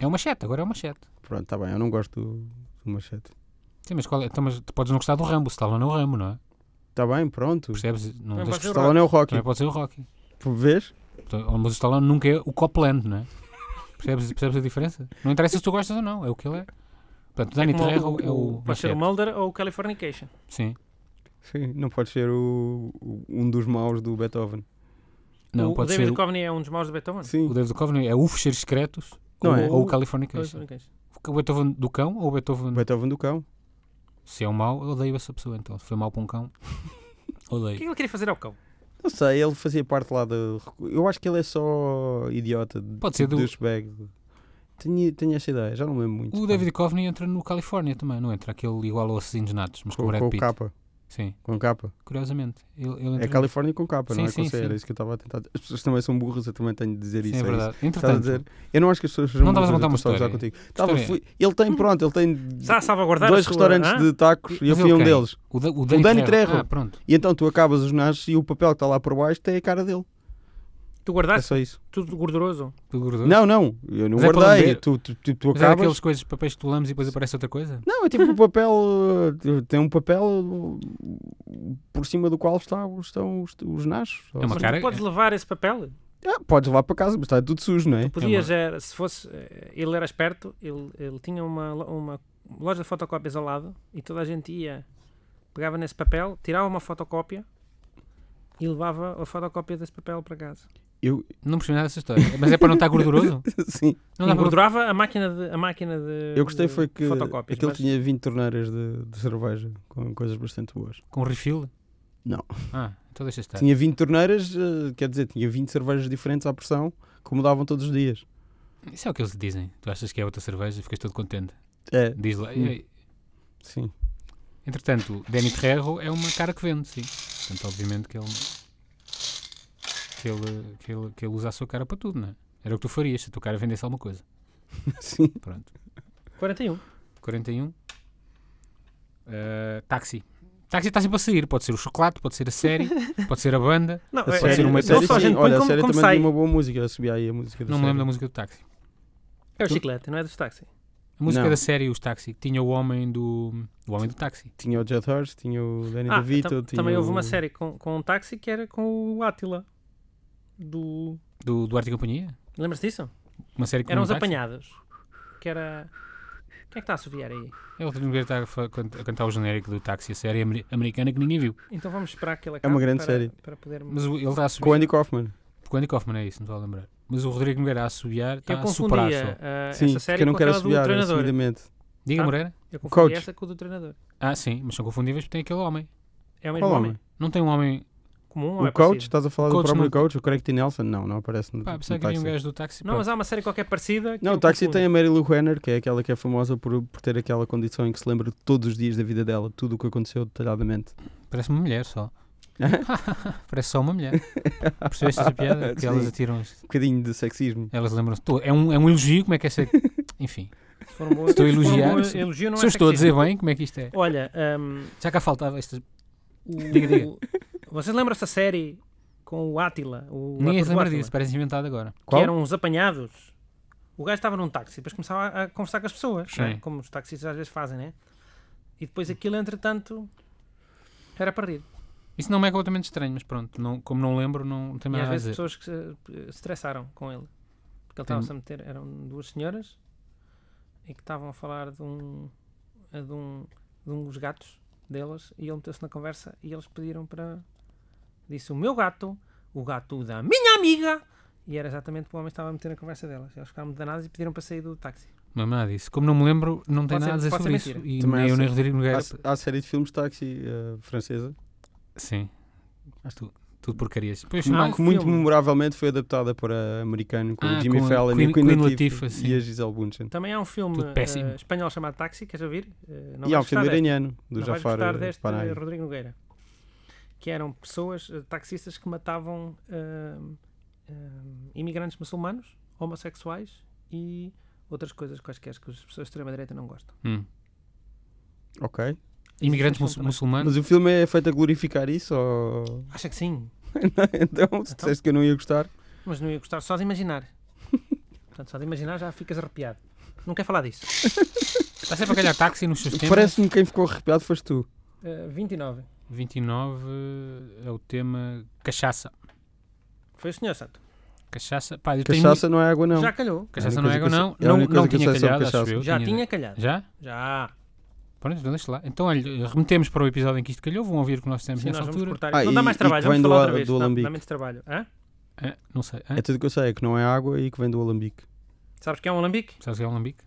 É o machete, agora é o machete.
Pronto, está bem, eu não gosto do, do machete.
Sim, mas, qual é? então, mas tu podes não gostar do Rambo, se está lá no Rambo, não é?
Está Tá bem, pronto.
Percebes? Não
Também
tens que
pode ser o
gostar.
Stallone é o Rocky.
Também pode ser o Rocky.
Vês?
Então, Mas o Stallone nunca é o Copland, não é? Percebes, percebes a diferença? Não interessa se tu gostas ou não, é o que ele é. Portanto, o Danny
Como
Trejo é
o-
o
Pode ser o
machete.
Mulder ou o Californication.
Sim.
Sim, não pode ser o, o- um dos maus do Beethoven.
Não,
o
pode
o
ser
David
o-
Coveney é um dos maus de Beethoven.
o
Sim.
David Coveney, é o Fecheiros Secretos
Não
ou,
é?
ou o
O-
Californication.
Californication.
O Beethoven do cão ou o Beethoven...
O Beethoven do cão.
Se é um mau, eu odeio essa pessoa então. Se foi mau para um cão,
O é que
odeio.
ele queria fazer ao cão?
Não sei, ele fazia parte lá da. Eu acho que ele é só idiota.
Pode ser do-
douchebag. Tinha, tinha essa ideia, já não me lembro muito.
O David Coveney entra no Califórnia também, não entra aquele igual ao Assassinos Natos, mas com,
com,
o Brad
com o
Pitt.
capa.
Sim,
Com capa.
curiosamente. Ele, ele entra
É Califórnia com capa, não
Sim,
é com
sim,
C,
sim.
era isso que eu estava a tentar. As pessoas também são burras, eu também tenho de dizer
Sim,
isso.
é
é isso.
verdade.
Estava a
Entretanto,
dizer, eu não acho que as pessoas sejam
Não estavas a
burras,
contar
eu
uma
estou só a
história.
gozar contigo. Estava-
história Hum.
fui- ele tem, pronto, ele tem
Está a salvaguardar
dois
a sua-
restaurantes
Hã?
de tacos e eu
Mas
fui
ele
a um
quem?
deles.
o, da, o Danny,
Danny
Trejo.
Trejo.
Ah, pronto.
E então tu acabas os nasces e o papel que está lá por baixo tem a cara dele.
Tu
É
guardaste
só isso.
tudo gorduroso.
Do gorduroso.
Não, não, eu não
Mas é para
guardei.
lamber.
tu, tu, tu, tu
Mas é
acabas.
aqueles coisas, papéis que tu lames e depois aparece outra coisa?
Não, é tipo um papel. eh, Tem um papel eh, por cima do qual está, estão os, os nachos.
É uma
Mas
cara-
tu podes levar esse papel?
Ah, podes levar para casa, mas está tudo sujo, não é?
Podias, era- se fosse. eh, Ele era esperto, ele, ele tinha uma, lo- uma loja de fotocópias ao lado e toda a gente ia, pegava nesse papel, tirava uma fotocópia e levava a fotocópia desse papel para casa.
Eu,
Não percebi nada dessa história. Mas é para não estar gorduroso?
sim,
Não dá para
Engordurava a máquina de. A máquina de
eu gostei
de
foi que
fotocópias,
aquilo
mas
tinha 20 torneiras de, de cerveja com coisas bastante boas.
com refil?
Não.
Ah, então deixa estar.
Tinha 20 torneiras, eh, quer dizer, tinha 20 cervejas diferentes à pressão que mudavam todos os dias.
Isso é o que eles dizem. Tu achas que é outra cerveja e ficas todo contente.
É,
Diz lá.
Hum.
"Ei,
sim.
Entretanto, Danny Trejo é uma cara que vende, sim. Portanto, obviamente que ele que ele, que ele, que ele usa a sua cara para tudo, não é? Era o que tu farias se a tua cara vendesse alguma coisa.
sim.
Pronto.
41.
41. Ah, táxi. Táxi está sempre a sair. Pode ser o chocolate, pode ser a série, pode ser a banda.
Não,
A
é-
ser
série,
uma-
não
a série,
só a
sim.
gente põe
Olha, a
como,
série
como
também
sai.
tinha uma boa música. Eu subi aí a música da
Não me lembro da
série.
música do táxi.
É o chiclete, não é dos táxi.
A música
Não.
da série, os táxi, tinha o homem do. O homem do táxi.
Tinha o Jet Horse, tinha o Danny
Ah,
DeVito.
tam-
tinha
também houve uma
o-
série com, com um táxi que era com o Átila. Do.
Do Duarte e Companhia.
Lembras disso?
Uma série com
Eram
um
os
táxi.
apanhados. Que era. Quem é que está a assoviar aí?
É o Rodrigo Guerra está a fa- a cantar o genérico do táxi, a série amer- americana que ninguém viu.
Então vamos esperar que ele acabe
uma grande
para,
série.
Para poder...
Mas o- ele está a subir.
Com o Andy Kaufman.
Com Andy Kaufman é isso, não estou a lembrar. Mas o Rodrigo Nogueira a assobiar está
eu
a superar
confundia
só.
ah,
Sim,
essa série
porque eu não
com
quero
aquela do
assobiar,
treinador.
assumidamente.
Diga,
Ah.
Moreira.
Eu confundi
Coach.
essa com o do treinador.
Ah, sim, mas são confundíveis porque tem aquele homem.
É o mesmo
Qual
homem?
homem?
Não tem um homem.
Comum ou
O
é
coach?
parecido?
Estás a falar
Coach
do próprio
não-
coach? O Craig T. Nelson? Não, não aparece no,
Pá,
no
pensava que havia um
táxi.
gajo do táxi.
Não,
pronto.
mas há uma série qualquer parecida. que
Não,
eu
o táxi
confundo.
tem a Mary Lou Henner, que é aquela que é famosa por, por ter aquela condição em que se lembra de todos os dias da vida dela, tudo o que aconteceu detalhadamente. Um
Parece uma mulher só. Parece só uma mulher. Percebeste essa piada? Que elas
Sim.
atiram.
Um bocadinho de sexismo.
Elas lembram-se. to- É um, é um elogio, como é que é ser. Enfim.
Se for um bom-
Estou a
se for um
elogiar.
bom elogio, não
Se eu
é
estou a dizer
sexismo.
bem, como é que isto é?
Olha, hum,
Já cá faltava estas.
é o...
Diga, diga.
vocês lembram-se da série com o Átila? O
Ninguém se
ator do
lembra
Átila?
disso, parece inventado agora.
que
Qual?
um eram os apanhados. O gajo estava num táxi, depois começava a, a conversar com as pessoas,
Sim.
né? como os taxistas às vezes fazem, né? E depois aquilo, entretanto, era para rir.
Isso não me é completamente estranho, mas pronto, não, como não lembro, não tem
e às
nada a
vezes
dizer.
pessoas que se eh, se estressaram com ele. Porque ele
Tem-
estava-se a meter, eram duas senhoras e que estavam a falar de um, eh, de um, de um dos gatos delas e ele meteu-se na conversa e eles pediram para. Disse o meu gato, o gato da minha amiga! E era exatamente o homem que estava a meter na conversa delas. Eles ficaram danados e pediram para sair do táxi.
Não é nada disso. Como não me lembro, não tem
Pode
nada
ser-
a dizer
pode
sobre
ser
isso.
mentira.
E
Também
nem eu
acho.
nem Rodrigo Nogueira.
Há, há a série de filmes táxi eh, francesa.
Sim. Tu, Tudo porcarias. Pois
Mu-
não,
um
que muito
filme.
memoravelmente foi adaptada para americano com
Ah,
o Jimmy
com a
Fallon
Queen-
e o Queen,
Queen
Latifah
Latifah, sim.
e a Gisele Bundchen.
Também há um filme
Tudo péssimo.
eh, espanhol chamado Táxi, queres ouvir? Eh, não
e há um
vais gostar
filme
deste.
iraniano do
Não vais
Jafar
gostar deste
Panahi.
eh, Rodrigo Nogueira. Que eram pessoas, eh, taxistas que matavam ahm, ahm, imigrantes muçulmanos, homossexuais e outras coisas quaisquer que as pessoas de extrema-direita não gostam.
Hum.
Ok.
Imigrantes
Sim,
mus-
sim,
muçulmanos.
Mas o filme é feito a glorificar isso ou...
Acha que sim,
então, se disseste que eu não ia gostar...
mas não ia gostar só de imaginar. Portanto, só de imaginar já ficas arrepiado. Não quer falar disso.
Está sempre a calhar táxi nos seus temas.
Parece-me que quem ficou arrepiado foste tu.
Eh, 29.
29 é o tema cachaça.
Foi o senhor Santo.
Cachaça, pá, eu tenho...
Cachaça não é água, não.
Já calhou.
Cachaça
A única
não é
coisa
água, não.
que eu sei- a
Não,
única
não
coisa que eu
tinha
sei sobre
calhado, acho
cachaça.
eu.
Já tinha calhado.
Já?
Já.
Pronto, então deixa lá. Então, olha, remetemos para o episódio em que isto calhou, vão ouvir o que nós dissemos
Sim,
nessa
nós vamos
altura.
cortar.
Ah,
não dá
e-
mais
e
trabalho,
que
vamos
vem do
falar
a-
outra vez.
do
Dá- Dá,
alambique.
menos trabalho. Hã?
Ah, não sei. Ah,
É tudo que eu sei, é que não é água e que vem do alambique.
Sabes que é um alambique?
Sabes o que é um alambique?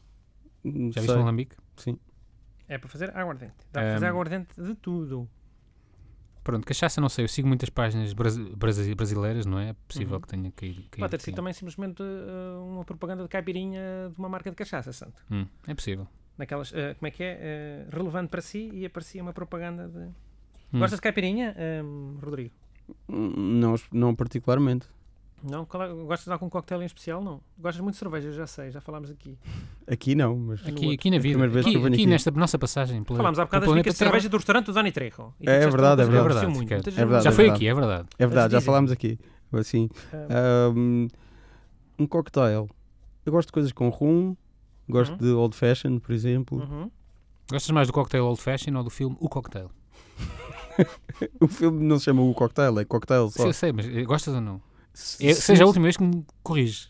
Não
Já
sei.
viste um alambique?
Sim.
É para fazer aguardente. Dá para fazer
Ahm.
aguardente de tudo.
Pronto, cachaça não sei, eu sigo muitas páginas brasi- brasi- brasileiras, não é? É possível
Uhum.
que tenha caído. caído
Pode ter sido
caído.
também simplesmente eh, uma propaganda de caipirinha de uma marca de cachaça, santo.
Hum, é possível.
Naquelas, eh, como é que é? Eh, relevante para si e aparecia uma propaganda de...
Hum.
Gostas de caipirinha, ehm, Rodrigo?
Hum, Não, não particularmente.
Não? Qual é- Gostas de algum cocktail em especial? Não. Gostas muito de cerveja, já sei, já falámos aqui.
Aqui não, mas... é
Aqui,
outro.
aqui na vida,
primeira vez que
aqui,
eu venho
aqui
aqui.
nesta nossa passagem pela,
falámos há bocado
pelo
das
planeta
dicas de
Terra.
cerveja do restaurante do Dani Trejo. E tu
É
disseste uma
verdade, é
coisa que eu
verdade.
aprecio muito.
É
Muita gente
verdade,
Já
é
foi
verdade.
aqui, é verdade.
É verdade, já
dizem.
falámos aqui. Assim,
diz.
um, um cocktail. Eu gosto de coisas com rum, gosto
Uhum.
de old fashioned, por exemplo.
Ah, uhum.
Gostas mais do cocktail old fashion ou do filme O Cocktail?
O filme não se chama o cocktail, é cocktail só.
Sim, eu sei, mas eh, gostas ou não?
Se-
É-
se-
seja a última vez que me corriges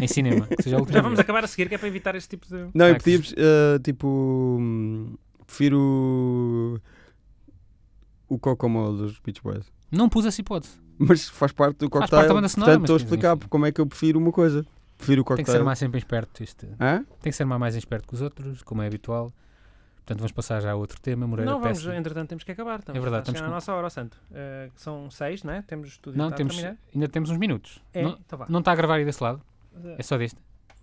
em cinema. que Seja a última
Já vamos
vez.
acabar a seguir, que é para evitar este tipo de...
Não, eu
Ah, que-
pedimos, eh, tipo, hum, prefiro o Kokomo dos Beach Boys.
Não pus essa hipótese.
Mas faz parte do
Faz parte
cocktail.
da banda sonora,
portanto,
mas
estou a
sim,
explicar
sim.
como é que eu prefiro uma coisa. Prefiro o
Tem
cocktail.
que ser mais sempre esperto. Isto.
Hã?
Tem que ser mais esperto que os outros, como é habitual. Portanto, vamos passar já a outro tema. Moreira
não, vamos,
Peça.
entretanto temos que acabar. Estamos
É verdade,
a chegar
estamos
à
com-
nossa hora, ó santo. Eh, que são seis, né? Temos tudo
Não,
está a
temos,
terminar.
ainda temos uns minutos.
É,
Não,
então vá. Eh,
não está a gravar aí desse lado, é só deste.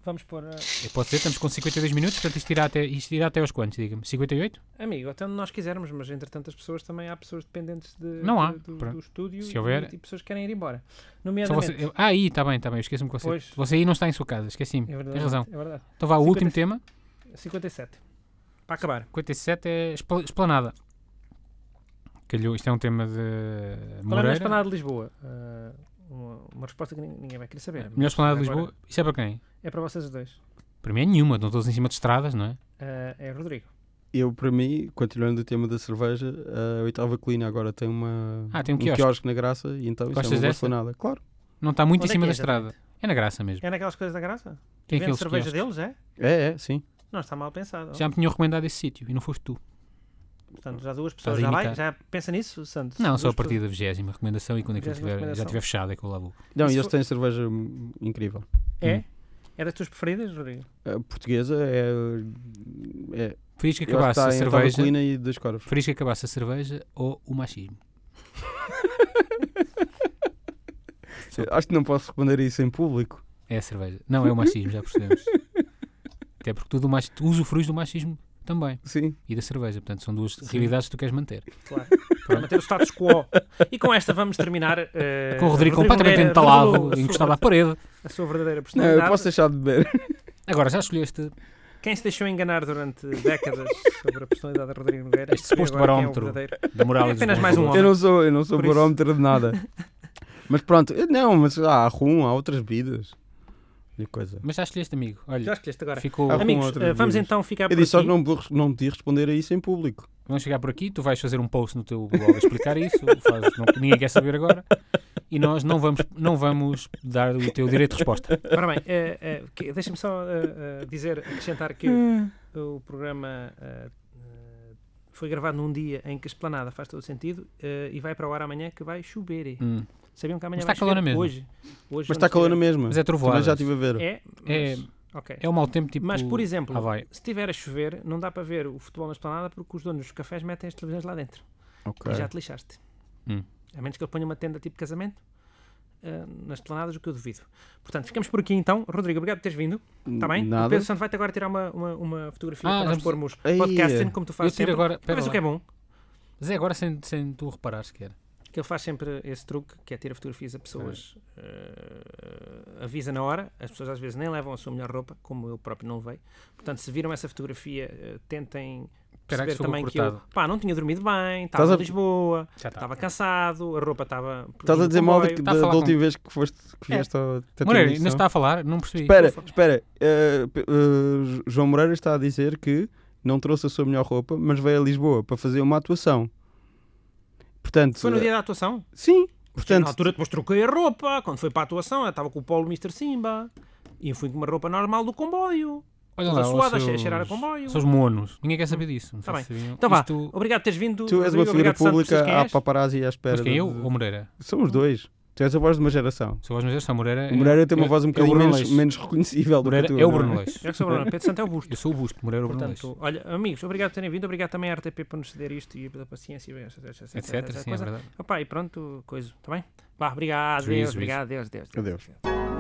Vamos pôr. eh,
Eu posso dizer, estamos com 52 minutos, portanto isto irá até, isto irá até aos quantos, diga-me? 58?
Amigo, até onde nós quisermos, mas entretanto as pessoas também há pessoas dependentes de,
Não há,
de- do,
pronto.
do estúdio
Se houver-
e, e pessoas que querem ir embora.
Só
Nomeadamente.
você- eu- ah, aí, está bem, está bem, eu esqueço-me que você.
Pois.
Você aí não está em sua casa, esqueci-me.
É verdade.
Tem razão.
É verdade.
Então vá, o
50.
último tema,
57. Para acabar.
57 é espla- esplanada. Calhou, isto é um tema de
Falando na
Moreira.
esplanada de Lisboa. eh, uma, uma resposta que nin- ninguém vai querer saber.
Melhor esplanada de
Agora-
Lisboa, isso é para quem?
É para vocês dois.
Para mim é nenhuma, estão todos em cima de estradas, não é?
Eh, é Rodrigo.
Eu, para mim, continuando o tema da cerveja, a oitava colina agora tem uma
Ah, tem um
um
quiosque.
quiosque na graça e então isso é
Gostas
uma
dessa?
boa Claro.
Não está muito
Onde
em
é
cima
que é
da estrada.
exatamente?
É na graça mesmo. é
É naquelas coisas da graça?
Tem
Vende
aqueles
cerveja
quiosques.
deles, é?
É, é, sim.
Não está mal pensado.
Já me tinham recomendado esse sítio e não foste tu.
Portanto, já duas pessoas.
a
Já, vai,
imitar.
já pensa nisso, Santos?
Não, só a
Duas
partir da vigésima recomendação e quando aquilo
20ª
tiver, já
recomendação.
tiver fechado é que eu lá vou.
Não,
Isso
e eles
foi-
têm cerveja hum, incrível.
pessoas. É? É das tuas preferidas, Rodrigo?
A portuguesa é. é
Feliz que
eu acho que
acabasse
está
a
em oitava
cerveja.
colina e das corvas.
Preferias que acabasse a cerveja ou o machismo?
Acho que não posso responder isso em público.
É a cerveja. Não, é o machismo, já percebemos. Até porque tu, do machi... tu usufruis do machismo também
Sim.
e da cerveja. Portanto, são duas realidades que tu queres manter.
Claro. Para manter o status quo. E com esta vamos terminar. eh,
Com o Rodrigo completamente
Nogueira revelou a
entalado,
sua
encostado à
verda-
parede.
A sua verdadeira
Não,
personalidade.
É, eu posso deixar de beber.
Agora, já escolheste
Quem se deixou enganar durante décadas sobre a personalidade de Rodrigo Nogueira?
Este suposto
agora quem é o
barómetro.
verdadeiro.
da moral
É
e dos
apenas
bons
mais um
valores.
Eu não sou, eu não sou
Por isso-
barómetro de nada. mas pronto, eu- não, mas ah, há rum, há outras bebidas. E coisa.
Mas já escolheste, amigo.
Já
Olha,
escolheste agora.
ficou...
Ah,
Amigos,
outro
eh, vamos
Rodrigo.
então ficar
Eu
por
disse só que
aqui.
não, me- não me podia responder a isso em público.
vamos chegar por aqui. Tu vais fazer um post no teu blog a explicar isso. Fazes- não- ninguém quer saber agora. E nós não vamos, não vamos dar o teu direito de resposta.
Ora bem, eh, eh, que- deixa-me só eh, eh, dizer, acrescentar que o programa eh, eh, foi gravado num dia em que a esplanada faz todo sentido eh, e vai para o ar amanhã que vai chover.
Hum.
Sabiam que amanhã
Mas
vai
está calor
chover?
na mesma.
Hoje. Hoje
Mas está calor na mesma.
Mas é
Também
trovoada.
já estive a ver.
É,
É-
mas, ok.
É o mau tempo tipo...
Mas, por exemplo,
Ah, vai.
se estiver a chover, não dá para ver o futebol na esplanada porque os donos dos cafés metem as televisões lá dentro.
Ok.
E já te lixaste.
Hum.
A menos que ele ponha uma tenda tipo casamento eh, nas planadas, o que eu duvido. Portanto, ficamos por aqui então. Rodrigo, obrigado por teres vindo. Está tá bem? O
Nada.
Pedro Santo vai-te agora tirar uma, uma, uma fotografia
Ah,
para
já
nós
me-
pormos
Ei,
podcasting,
eh,
como tu
Eu
fazes
tiro
sempre.
agora.
Mas
Pera
o que é
lá.
bom,
Mas é agora sem, sem tu reparares que era.
que ele faz sempre esse truque, que é tirar fotografias a pessoas, eh, avisa na hora, as pessoas às vezes nem levam a sua melhor roupa, como eu próprio não levei. Portanto, se viram essa fotografia, eh, tentem
Espera aí
perceber
que sou
também que eu
cortado.
pá, não tinha dormido bem,
Estás
estava
a-
em Lisboa,
Já
Tá.
está.
estava cansado, a roupa estava...
Estás a dizer mal da,
Tá a
da-
falar
da última vez que foste que
É.
vieste ao Tatu
Moreira,
Missão.
ainda está a falar? Não percebi.
Espera, espera. eh, p- eh, Jo- João Moreira está a dizer que não trouxe a sua melhor roupa, mas veio a Lisboa para fazer uma atuação. Portanto, eh,
Foi no dia da atuação?
sim.
na
Portanto,
altura depois troquei a roupa, quando foi para a atuação, eu estava com o polo Mr. Simba. E eu fui com uma roupa normal do comboio.
Olha
toda
lá,
suada,
os seus,
cheia de é cheirar a comboio.
seus monos. Ninguém quer saber disso. Não
Tá
sei se sabiam.
Então vá,
Isto-
obrigado por teres vindo.
tu és uma
Rodrigo,
figura
obrigado, Santo, tu sabes
pública ah,
quem
à
és?
paparazzi à espera.
Mas quem
de-
é eu
de-
ou Moreira?
São os dois. Tu és a voz de uma geração.
Se eu hoje São Moreira.
O Moreira tem uma
é-
voz um
é o
bocadinho
Bruno
menos,
Leixo.
menos reconhecível do
Moreira
que tu.
é o
não
Bruno Leixo.
Eu que sou o Bruno, Pedro Santo é o Busto.
Eu sou o Busto, Moreira é o Bruno Leixo.
Portanto, olha, amigos, obrigado por terem vindo, obrigado também à RTP por nos ceder isto e pela paciência e etc, etc, etc,
Etc. Sim, é
coisa.
verdade.
Opa, e pronto, coisa, está bem? Vá, obrigado,
Juízo,
Deus,
juízo.
obrigado, Deus, Deus, Deus.
Adeus.
Deus.